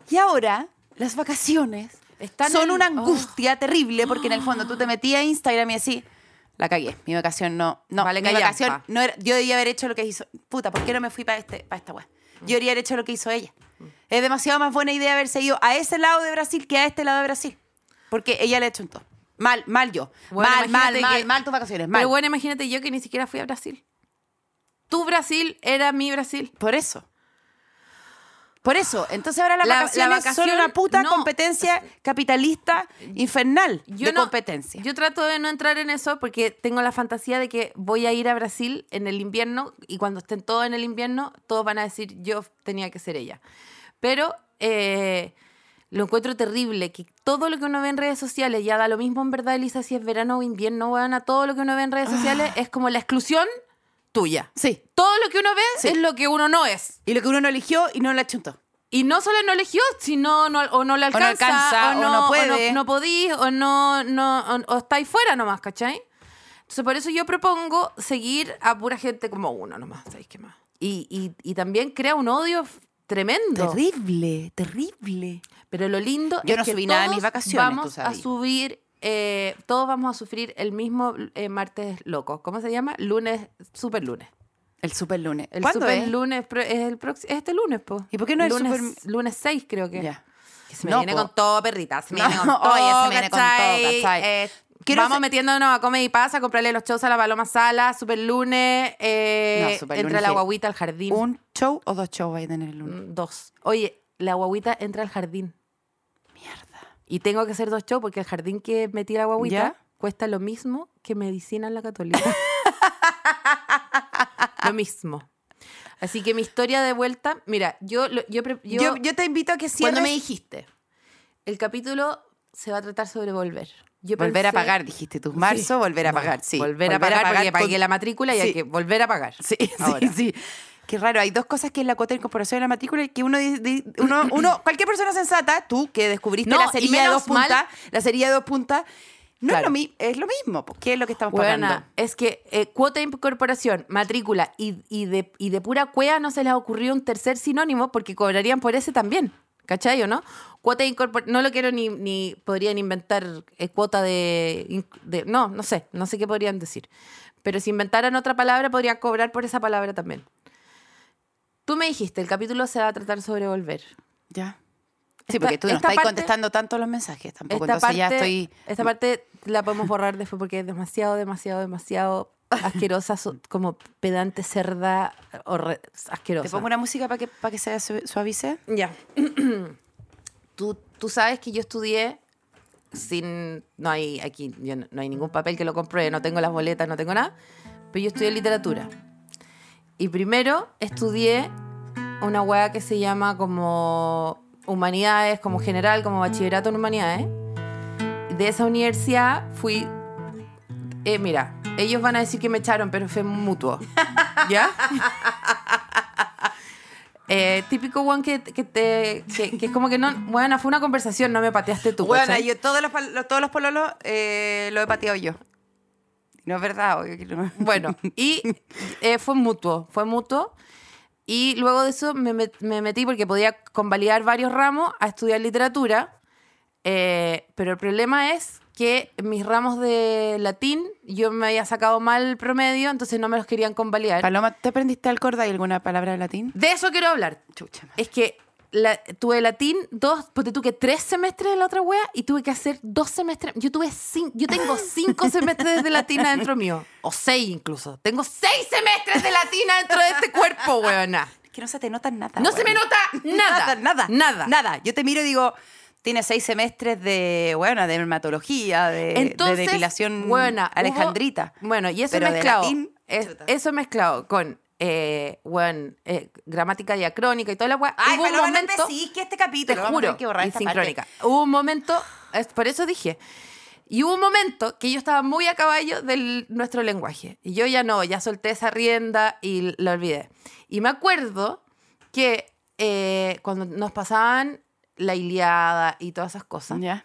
Speaker 3: Y ahora, las vacaciones
Speaker 2: Están
Speaker 3: son
Speaker 2: en- Oh.
Speaker 3: una angustia terrible porque en el
Speaker 2: [gasps]
Speaker 3: fondo tú te metías a Instagram y así, la cagué, mi vacación no, no,
Speaker 2: Vale,
Speaker 3: mi
Speaker 2: callampa.
Speaker 3: vacación no era- yo debía haber hecho lo que hizo, puta, ¿por qué no me fui para este, pa esta weá?
Speaker 2: Mm.
Speaker 3: Yo debería haber hecho lo que hizo ella. Es demasiado más buena idea haberse ido a ese lado de Brasil que a este lado de Brasil, porque ella le ha hecho un todo. Mal, mal yo.
Speaker 2: Bueno,
Speaker 3: mal, mal,
Speaker 2: imagínate
Speaker 3: mal,
Speaker 2: que-
Speaker 3: mal tus vacaciones, mal.
Speaker 2: Pero bueno, imagínate yo que ni siquiera fui a Brasil. Tu Brasil era mi Brasil.
Speaker 3: Por eso. Por eso. Entonces ahora las
Speaker 2: La- la
Speaker 3: vacaciones son
Speaker 2: vacación-
Speaker 3: una puta
Speaker 2: no.
Speaker 3: competencia capitalista infernal
Speaker 2: Yo
Speaker 3: de
Speaker 2: no-
Speaker 3: competencia.
Speaker 2: Yo trato de no entrar en eso porque tengo la fantasía de que voy a ir a Brasil en el invierno y cuando estén todos en el invierno, todos van a decir yo tenía que ser ella. Pero eh, lo encuentro terrible que todo lo que uno ve en redes sociales, ya da lo mismo en verdad, Elisa, si es verano o invierno, weón, a todo lo que uno ve en
Speaker 3: Ah.
Speaker 2: redes sociales es como la exclusión tuya.
Speaker 3: sí.
Speaker 2: Todo lo que uno ve
Speaker 3: Sí.
Speaker 2: es lo que uno no es.
Speaker 3: Y lo que uno no eligió y no lo achuntó.
Speaker 2: Y no solo no eligió, sino no, o no le
Speaker 3: no
Speaker 2: alcanza, o no,
Speaker 3: alcanza, o no puede.
Speaker 2: no, podís, o no, no o, o estáis fuera nomás, ¿cachai? Entonces, por eso yo propongo seguir a pura gente como uno nomás, ¿sabéis qué más? Y, y, y también crea un odio f- tremendo.
Speaker 3: Terrible, terrible.
Speaker 2: Pero lo lindo
Speaker 3: Yo
Speaker 2: es
Speaker 3: no
Speaker 2: que
Speaker 3: subí nada de
Speaker 2: todos
Speaker 3: mis vacaciones,
Speaker 2: vamos
Speaker 3: tú sabes.
Speaker 2: a subir, eh, todos vamos a sufrir el mismo eh, martes loco. ¿Cómo se llama? Lunes, super lunes.
Speaker 3: El super lunes.
Speaker 2: El
Speaker 3: ¿Cuándo
Speaker 2: super
Speaker 3: es?
Speaker 2: lunes pro- es, el próximo, es este lunes, po.
Speaker 3: ¿Y por qué no es
Speaker 2: lunes,
Speaker 3: super-
Speaker 2: Lunes 6 creo que.
Speaker 3: Ya.
Speaker 2: Que Se me
Speaker 3: No,
Speaker 2: viene
Speaker 3: po.
Speaker 2: con todo, perrita. Se me
Speaker 3: No,
Speaker 2: [laughs] viene con todo.
Speaker 3: oye, se me viene con todo,
Speaker 2: ¿cachai?
Speaker 3: ¿cachai?
Speaker 2: Eh,
Speaker 3: Quiero
Speaker 2: vamos
Speaker 3: hacer-
Speaker 2: metiéndonos a Come y Pasa, comprarle los shows a la Paloma Sala, Super Lunes, eh,
Speaker 3: No, Super
Speaker 2: entra
Speaker 3: Lunes
Speaker 2: la
Speaker 3: sí.
Speaker 2: guaguita al jardín.
Speaker 3: ¿Un show o dos shows va a tener el lunes?
Speaker 2: Mm, Dos. Oye, la guaguita entra al jardín.
Speaker 3: Mierda.
Speaker 2: Y tengo que hacer dos shows porque el jardín que metí la guaguita
Speaker 3: ¿Ya?
Speaker 2: cuesta lo mismo que medicina en la
Speaker 3: [laughs]
Speaker 2: católica. lo mismo. Así que mi historia de vuelta, mira, yo, lo- yo, pre- yo,
Speaker 3: Yo, yo te invito a que cierres.
Speaker 2: Cuando me dijiste, el capítulo se va a tratar sobre volver. Yo
Speaker 3: Volver a
Speaker 2: pensé-
Speaker 3: pagar, dijiste tú. Marzo, volver a pagar, sí.
Speaker 2: Volver a pagar, porque
Speaker 3: con-
Speaker 2: pagué la matrícula y
Speaker 3: Sí.
Speaker 2: hay que volver a pagar. [laughs]
Speaker 3: Sí, [laughs]
Speaker 2: Ahora.
Speaker 3: sí, sí. Qué raro, hay dos cosas que es la cuota de incorporación de la matrícula y que uno, di- di-
Speaker 2: [clears throat]
Speaker 3: uno, uno- cualquier persona sensata, tú que descubriste
Speaker 2: No,
Speaker 3: la
Speaker 2: y
Speaker 3: cerilla de
Speaker 2: menos
Speaker 3: dos
Speaker 2: mal-
Speaker 3: puntas, la cerilla de dos puntas, no es,
Speaker 2: Claro.
Speaker 3: lo mi- es lo mismo, po, ¿qué es lo que estamos
Speaker 2: Buena,
Speaker 3: pagando?
Speaker 2: es que eh, cuota de incorporación, matrícula y, y de, y de pura cuea no se les ocurrió un tercer sinónimo porque cobrarían por ese también. ¿Cachai o no? Cuota de incorporación, no lo quiero ni, ni podrían inventar eh, cuota de, in- de- No, no sé, no sé qué podrían decir. Pero si inventaran otra palabra, podrían cobrar por esa palabra también. Tú me dijiste, el capítulo se va a tratar sobre volver.
Speaker 3: Ya. Sí,
Speaker 2: Esta-
Speaker 3: porque tú no
Speaker 2: esta
Speaker 3: estás
Speaker 2: parte-
Speaker 3: contestando tanto los mensajes tampoco,
Speaker 2: Esta
Speaker 3: entonces ya
Speaker 2: parte-
Speaker 3: estoy...
Speaker 2: Esta parte la podemos borrar después porque es demasiado, demasiado,
Speaker 3: [laughs]
Speaker 2: demasiado asquerosa, so- como pedante cerda horre- asquerosa.
Speaker 3: ¿Te pongo una música para que, para que se
Speaker 2: [clears throat]
Speaker 3: su- suavice?
Speaker 2: Ya. tú, tú sabes que yo estudié sin, no hay aquí, yo no, no hay ningún papel que lo compruebe, no tengo las boletas, no tengo nada, pero yo estudié literatura. Y primero estudié una hueá que se llama como humanidades, como general, como bachillerato en humanidades. De esa universidad fui, eh, mira, ellos van a decir que me echaron, pero fue mutuo. ¿Ya? [laughs] Eh, típico one que, que te que, que es como que no bueno fue una conversación no me pateaste tú
Speaker 5: Bueno,
Speaker 2: ¿cachai?
Speaker 5: yo todos los, pal- todos los pololos eh, lo he pateado yo. No es verdad, obvio que no.
Speaker 2: Bueno, y eh, fue mutuo, fue mutuo. Y luego de eso me, met- me metí porque podía convalidar varios ramos a estudiar literatura. Eh, pero el problema es que mis ramos de latín yo me había sacado mal promedio, entonces no me los querían convalidar.
Speaker 3: [laughs] Paloma, ¿te aprendiste al corda y alguna palabra de latín?
Speaker 2: de eso quiero hablar.
Speaker 3: Chucha. madre.
Speaker 2: Es que la- tuve latín dos, porque tuve tres semestres de la otra wea y tuve que hacer dos semestres. Yo tuve cinco, yo tengo cinco semestres de latín adentro mío. O seis incluso. Tengo seis semestres de latín adentro de este cuerpo, weona.
Speaker 3: Es que no se te nota nada.
Speaker 2: No se me
Speaker 3: [laughs] weón.
Speaker 2: nota nada.
Speaker 5: [laughs] nada,
Speaker 2: Nada.
Speaker 5: Nada. Yo te miro y digo, tiene seis semestres de, bueno, de dermatología, eh, de, de depilación
Speaker 2: weona, hubo-
Speaker 5: alejandrita.
Speaker 2: bueno, y eso
Speaker 5: Pero de
Speaker 2: mezclado.
Speaker 5: latín,
Speaker 2: es-
Speaker 5: chuta.
Speaker 2: eso mezclado con eh, weón, eh, gramática diacrónica y toda la wea.
Speaker 5: Ay,
Speaker 2: hubo un
Speaker 5: Paloma,
Speaker 2: momento-
Speaker 5: no empecís que este capítulo.
Speaker 2: te
Speaker 5: vamos a
Speaker 2: juro,
Speaker 5: tener que borrar
Speaker 2: y
Speaker 5: esta
Speaker 2: sincrónica.
Speaker 5: parte.
Speaker 2: Hubo un momento, es- por eso dije, y hubo un momento que yo estaba muy a caballo de nuestro lenguaje. Y yo ya no, ya solté esa rienda y la olvidé. Y me acuerdo que eh, cuando nos pasaban la Iliada y todas esas cosas,
Speaker 3: Ya.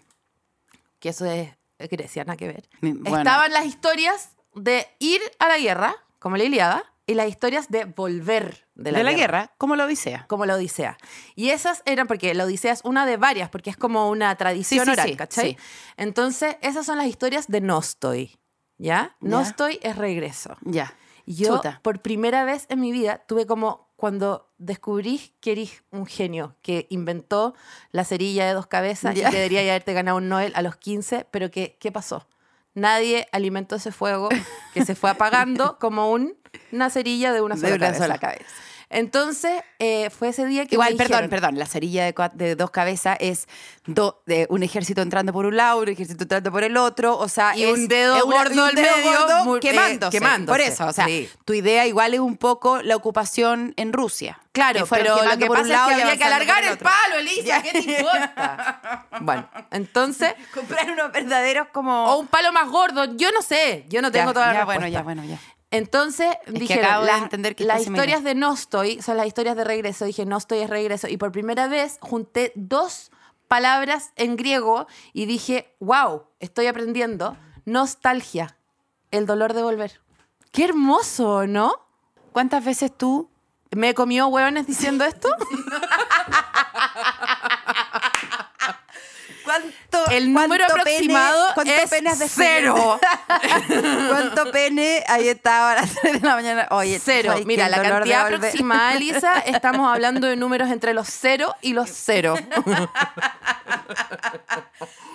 Speaker 2: que eso es Grecia, nada que ver,
Speaker 3: Mi- bueno.
Speaker 2: estaban las historias de ir a la guerra, como la Iliada, y las historias de volver de
Speaker 3: De
Speaker 2: la,
Speaker 3: la, guerra. como lo odisea.
Speaker 2: como la Odisea. Y esas eran, porque la Odisea es una de varias, porque es como una tradición
Speaker 3: Sí, sí,
Speaker 2: oral,
Speaker 3: sí,
Speaker 2: ¿cachai?
Speaker 3: sí.
Speaker 2: Entonces, esas son las historias de Nostoi, ¿ya?
Speaker 3: Ya.
Speaker 2: Nostoi es regreso.
Speaker 3: Ya.
Speaker 2: Y Yo,
Speaker 3: Chuta.
Speaker 2: por primera vez en mi vida, tuve como cuando descubrís que eres un genio, que inventó la cerilla de dos cabezas
Speaker 3: Ya.
Speaker 2: y que debería haberte ganado un Nobel a los 15, pero que, ¿qué pasó? Nadie alimentó ese fuego que se fue
Speaker 3: [laughs]
Speaker 2: apagando como un, una cerilla de una sola
Speaker 3: de una
Speaker 2: cabeza.
Speaker 3: sola cabeza.
Speaker 2: Entonces, eh, fue ese día que.
Speaker 3: Igual,
Speaker 2: me
Speaker 3: perdón,
Speaker 2: dijeron-
Speaker 3: perdón. La cerilla de, cua- de dos cabezas es do- de un ejército entrando por un lado, un ejército entrando por el otro. O sea,
Speaker 2: Y
Speaker 3: es-
Speaker 2: un dedo
Speaker 3: es
Speaker 2: gordo al medio, mu- eh,
Speaker 3: quemándose,
Speaker 2: quemándose.
Speaker 3: Por eso, o sea,
Speaker 2: Sí.
Speaker 3: tu idea igual es un poco la ocupación en Rusia.
Speaker 2: Claro,
Speaker 3: que fueron
Speaker 2: pero lo
Speaker 3: quemando
Speaker 2: que
Speaker 3: por
Speaker 2: pasa
Speaker 3: un lado y
Speaker 2: es que había que
Speaker 3: avanzando por
Speaker 2: alargar el,
Speaker 3: el otro. [laughs]
Speaker 2: palo, Elisa, ¿qué te importa? bueno,
Speaker 3: [laughs]
Speaker 2: entonces.
Speaker 5: Comprar unos verdaderos como.
Speaker 2: O un palo más gordo, yo no sé, yo no tengo
Speaker 3: Ya,
Speaker 2: toda la
Speaker 3: ya,
Speaker 2: respuesta.
Speaker 3: bueno, ya, bueno, ya.
Speaker 2: Entonces
Speaker 3: que
Speaker 2: dijeron,
Speaker 3: acabo de
Speaker 2: las,
Speaker 3: entender que
Speaker 2: las
Speaker 3: está similar.
Speaker 2: historias de No estoy son las historias de regreso. Dije, No estoy es regreso. Y por primera vez junté dos palabras en griego y dije, wow, estoy aprendiendo. Nostalgia, el dolor de volver. Qué hermoso, ¿no?
Speaker 3: ¿Cuántas veces tú
Speaker 2: ¿Me comió hueones diciendo
Speaker 5: [laughs]
Speaker 2: esto?
Speaker 5: ¿Cuánto,
Speaker 2: El
Speaker 5: cuánto
Speaker 2: número
Speaker 5: pene-
Speaker 2: aproximado
Speaker 5: cuánto
Speaker 2: es
Speaker 5: pene has
Speaker 2: [laughs]
Speaker 3: [laughs]
Speaker 2: cero.
Speaker 5: descubierto? ¿Cuánto pene ahí estaba a las 3 de la mañana? Oye,
Speaker 2: Cero.
Speaker 5: ¿sabes qué?
Speaker 2: Mira,
Speaker 5: El
Speaker 2: la
Speaker 5: dolor de
Speaker 2: cantidad
Speaker 5: volver. [laughs]
Speaker 2: aproximada, Elisa, estamos hablando de números entre los cero y los cero.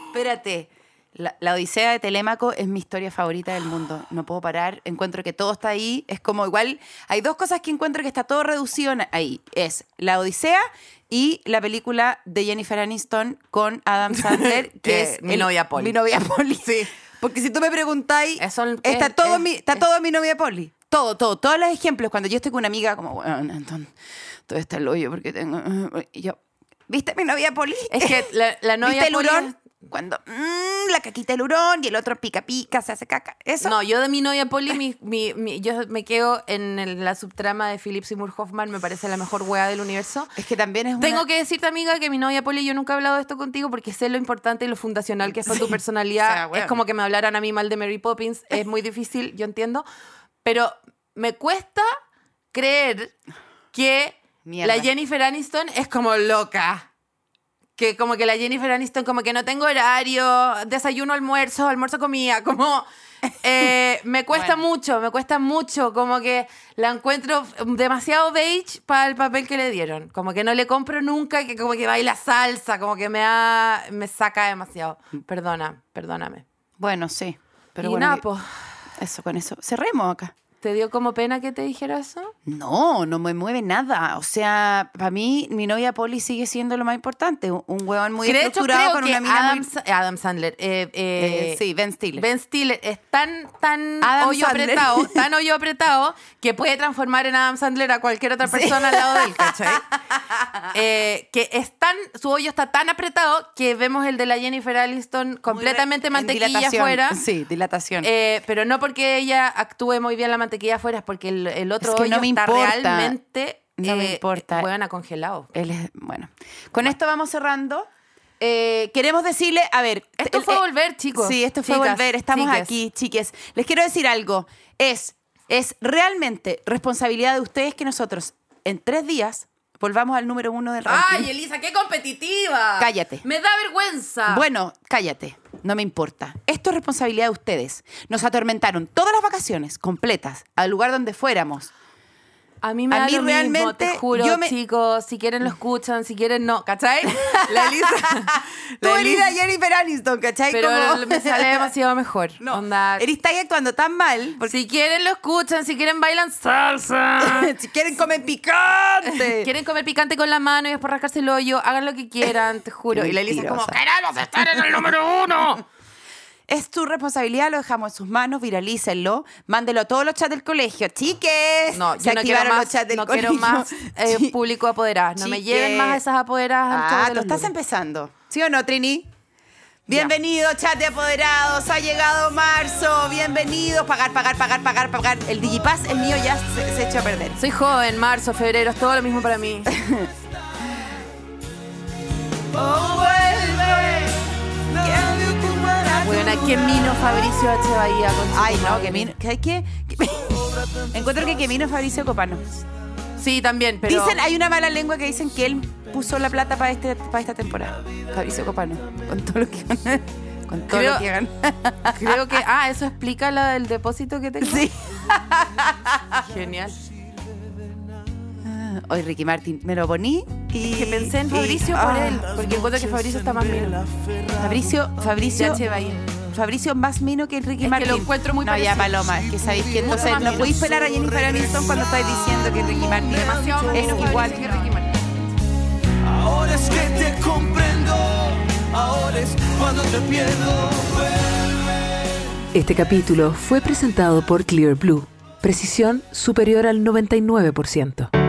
Speaker 3: Espérate. La, la Odisea de Telémaco es mi historia favorita del mundo. No puedo parar. Encuentro que todo está ahí. Es como igual. Hay dos cosas que encuentro que está todo reducido en- ahí. Es la Odisea y la película de Jennifer Aniston con
Speaker 2: [laughs]
Speaker 3: Adam Sandler, que
Speaker 2: Eh,
Speaker 3: es
Speaker 2: Mi novia Polly.
Speaker 3: Mi novia Polly. Porque si tú me preguntáis,
Speaker 2: Eso es-
Speaker 3: está
Speaker 2: es-
Speaker 3: todo
Speaker 2: es-
Speaker 3: mi, está
Speaker 2: es-
Speaker 3: todo mi novia Polly. Todo, todo, todos los ejemplos. Cuando yo estoy con una amiga, como, bueno, entonces, todo está el hoyo porque tengo. Y yo, ¿viste mi novia Polly?
Speaker 2: Es que la, la novia
Speaker 3: ¿Viste el
Speaker 2: Poli-
Speaker 3: hurón? Cuando mm, la caquita el hurón y el otro pica pica, se hace caca. Eso.
Speaker 2: No, yo de mi novia Poli, mi- mi- mi- yo me quedo en el- la subtrama de Philip Seymour Hoffman, me parece la mejor weá del universo.
Speaker 3: Es que también es
Speaker 2: Tengo que decirte, amiga, que mi novia Poli, yo nunca he hablado de esto contigo porque sé lo importante y lo fundacional que es para tu personalidad.
Speaker 3: O sea, bueno.
Speaker 2: Es como que me hablaran a mí mal de Mary Poppins. Es muy difícil, yo entiendo. Pero me cuesta creer que
Speaker 3: Mierda.
Speaker 2: la Jennifer Aniston es como loca. Que como que la Jennifer Aniston, como que no tengo horario, desayuno, almuerzo, almuerzo, comía, como... eh, me cuesta mucho, me cuesta mucho, como que la encuentro demasiado beige para el papel que le dieron, como que no le compro nunca, que como que baila salsa, como que me, ha- me saca demasiado. Perdona, perdóname.
Speaker 3: Bueno, sí. Pero
Speaker 2: y
Speaker 3: bueno,
Speaker 2: nada,
Speaker 3: que-
Speaker 2: pues,
Speaker 3: eso con eso. Cerremos acá.
Speaker 2: ¿Te dio como pena que te dijera eso?
Speaker 3: No, no me mueve nada. O sea, para mí, mi novia Polly sigue siendo lo más importante. Un un huevón muy
Speaker 2: Creo- de hecho,
Speaker 3: estructurado
Speaker 2: creo
Speaker 3: con
Speaker 2: que
Speaker 3: una mina
Speaker 2: Adam,
Speaker 3: muy-
Speaker 2: Sa- Adam Sandler. eh, eh,
Speaker 3: Eh, sí, Ben Stiller.
Speaker 2: Ben Stiller es tan, tan
Speaker 3: Adam
Speaker 2: hoyo
Speaker 3: Sandler. [laughs]
Speaker 2: apretado, tan hoyo apretado, que puede transformar en Adam Sandler a cualquier otra persona al lado del
Speaker 3: [laughs]
Speaker 2: ¿cachai? Eh, que es tan, su hoyo está tan apretado que vemos el de la Jennifer Aniston completamente
Speaker 3: en
Speaker 2: mantequilla
Speaker 3: dilatación.
Speaker 2: afuera.
Speaker 3: Sí, dilatación.
Speaker 2: Eh, pero no porque ella actúe muy bien la mantequilla afuera, es porque el, el otro
Speaker 3: Es que
Speaker 2: hoyo
Speaker 3: no me
Speaker 2: está
Speaker 3: importa.
Speaker 2: realmente
Speaker 3: No me importa.
Speaker 2: hueón, a congelado.
Speaker 3: Él es- bueno, con esto vamos cerrando. Eh, queremos decirle, a ver,
Speaker 2: Esto
Speaker 3: el-
Speaker 2: fue
Speaker 3: eh,
Speaker 2: volver, chicos.
Speaker 3: Sí, esto fue
Speaker 2: Chicas,
Speaker 3: volver. Estamos
Speaker 2: chiques.
Speaker 3: aquí, chiques. Les quiero decir algo. Es, es realmente responsabilidad de ustedes que nosotros en tres días volvamos al número uno del ranking.
Speaker 2: Ay, Elisa, qué competitiva.
Speaker 3: Cállate.
Speaker 2: Me da vergüenza.
Speaker 3: Bueno, cállate, no me importa. Esto es responsabilidad de ustedes. Nos atormentaron todas las vacaciones completas al lugar donde [laughs] fuéramos.
Speaker 2: a mí me
Speaker 3: a
Speaker 2: da
Speaker 3: mí
Speaker 2: lo mismo,
Speaker 3: realmente,
Speaker 2: te juro,
Speaker 3: yo me-
Speaker 2: chicos, si quieren lo escuchan, si quieren no, [laughs] ¿cachai? La Elisa.
Speaker 3: Tú
Speaker 2: la
Speaker 3: eres
Speaker 2: Elisa-
Speaker 3: Jennifer Aniston, ¿cachai?
Speaker 2: pero
Speaker 3: Como-
Speaker 2: me
Speaker 3: [laughs]
Speaker 2: sale demasiado mejor.
Speaker 3: No,
Speaker 2: Onda,
Speaker 3: Eres talla actuando tan mal. Porque
Speaker 2: si quieren lo escuchan, si quieren bailan salsa.
Speaker 3: [laughs] si quieren comen picante.
Speaker 2: Quieren comer picante con la mano y después rascarse el hoyo, hagan lo que quieran, te juro. Y la Elisa es como,
Speaker 3: Mentirosa.
Speaker 2: queremos estar en el número uno.
Speaker 3: [laughs] Es tu responsabilidad, lo dejamos en sus manos, viralícenlo, mándelo a todos los chats del colegio, chiques.
Speaker 2: No,
Speaker 3: Se
Speaker 2: yo no quiero
Speaker 3: activaron
Speaker 2: más,
Speaker 3: los chats del
Speaker 2: no
Speaker 3: colegio.
Speaker 2: quiero [laughs] más
Speaker 3: [laughs]
Speaker 2: eh,
Speaker 3: Chi-
Speaker 2: público apoderado. No me
Speaker 3: Chiques.
Speaker 2: lleven más a esas apoderadas. al show
Speaker 3: Ah,
Speaker 2: de
Speaker 3: tú
Speaker 2: los
Speaker 3: estás
Speaker 2: lunes.
Speaker 3: empezando. ¿Sí o no, Trini? Bienvenido, chat de apoderados. Ha llegado marzo. Bienvenidos. Pagar, pagar, pagar, pagar, pagar. El Digipass, el mío, ya se, se echó a perder.
Speaker 2: Soy joven, marzo, febrero, es todo lo mismo para [laughs] mí. Ah, Bueno, qué mino Fabricio H. Bahía con su
Speaker 3: Ay, no,
Speaker 2: comadre.
Speaker 3: que [laughs] mino. ¿Sabes qué? Encuentro que que mino es Fabricio Copano.
Speaker 2: Sí, también, pero.
Speaker 3: Dicen, hay una mala lengua que dicen que él puso la plata para este, para esta temporada. Fabricio Copano. Con todo lo que Con todo
Speaker 2: Creo-
Speaker 3: lo que [laughs] hagan.
Speaker 2: Creo que. Ah, eso explica la del depósito que tengo.
Speaker 3: Sí.
Speaker 2: [laughs] Genial.
Speaker 3: Hoy Ricky Martin me lo poní y.
Speaker 2: Que pensé en
Speaker 3: y-
Speaker 2: Fabricio por
Speaker 3: ah,
Speaker 2: él, porque encuentro que Fabricio está más mino.
Speaker 3: Fabricio, Fabricio.
Speaker 2: H. Bahía.
Speaker 3: Fabricio más mino que Ricky
Speaker 2: Es que
Speaker 3: Martin.
Speaker 2: lo encuentro muy
Speaker 3: no,
Speaker 2: parecido.
Speaker 3: ya Paloma, es que sabéis que
Speaker 2: Mucho
Speaker 3: entonces
Speaker 2: más
Speaker 3: no
Speaker 2: mino.
Speaker 3: podéis pelar a Jennifer Aniston cuando estáis diciendo que Ricky Martin
Speaker 2: Demasiado más
Speaker 3: es
Speaker 2: mino
Speaker 3: igual
Speaker 2: Fabricio que Ricky Martin.
Speaker 6: Ahora es que te comprendo, ahora es cuando te pierdo.
Speaker 1: Este capítulo fue presentado por Clear Blue. Precisión superior al 99%.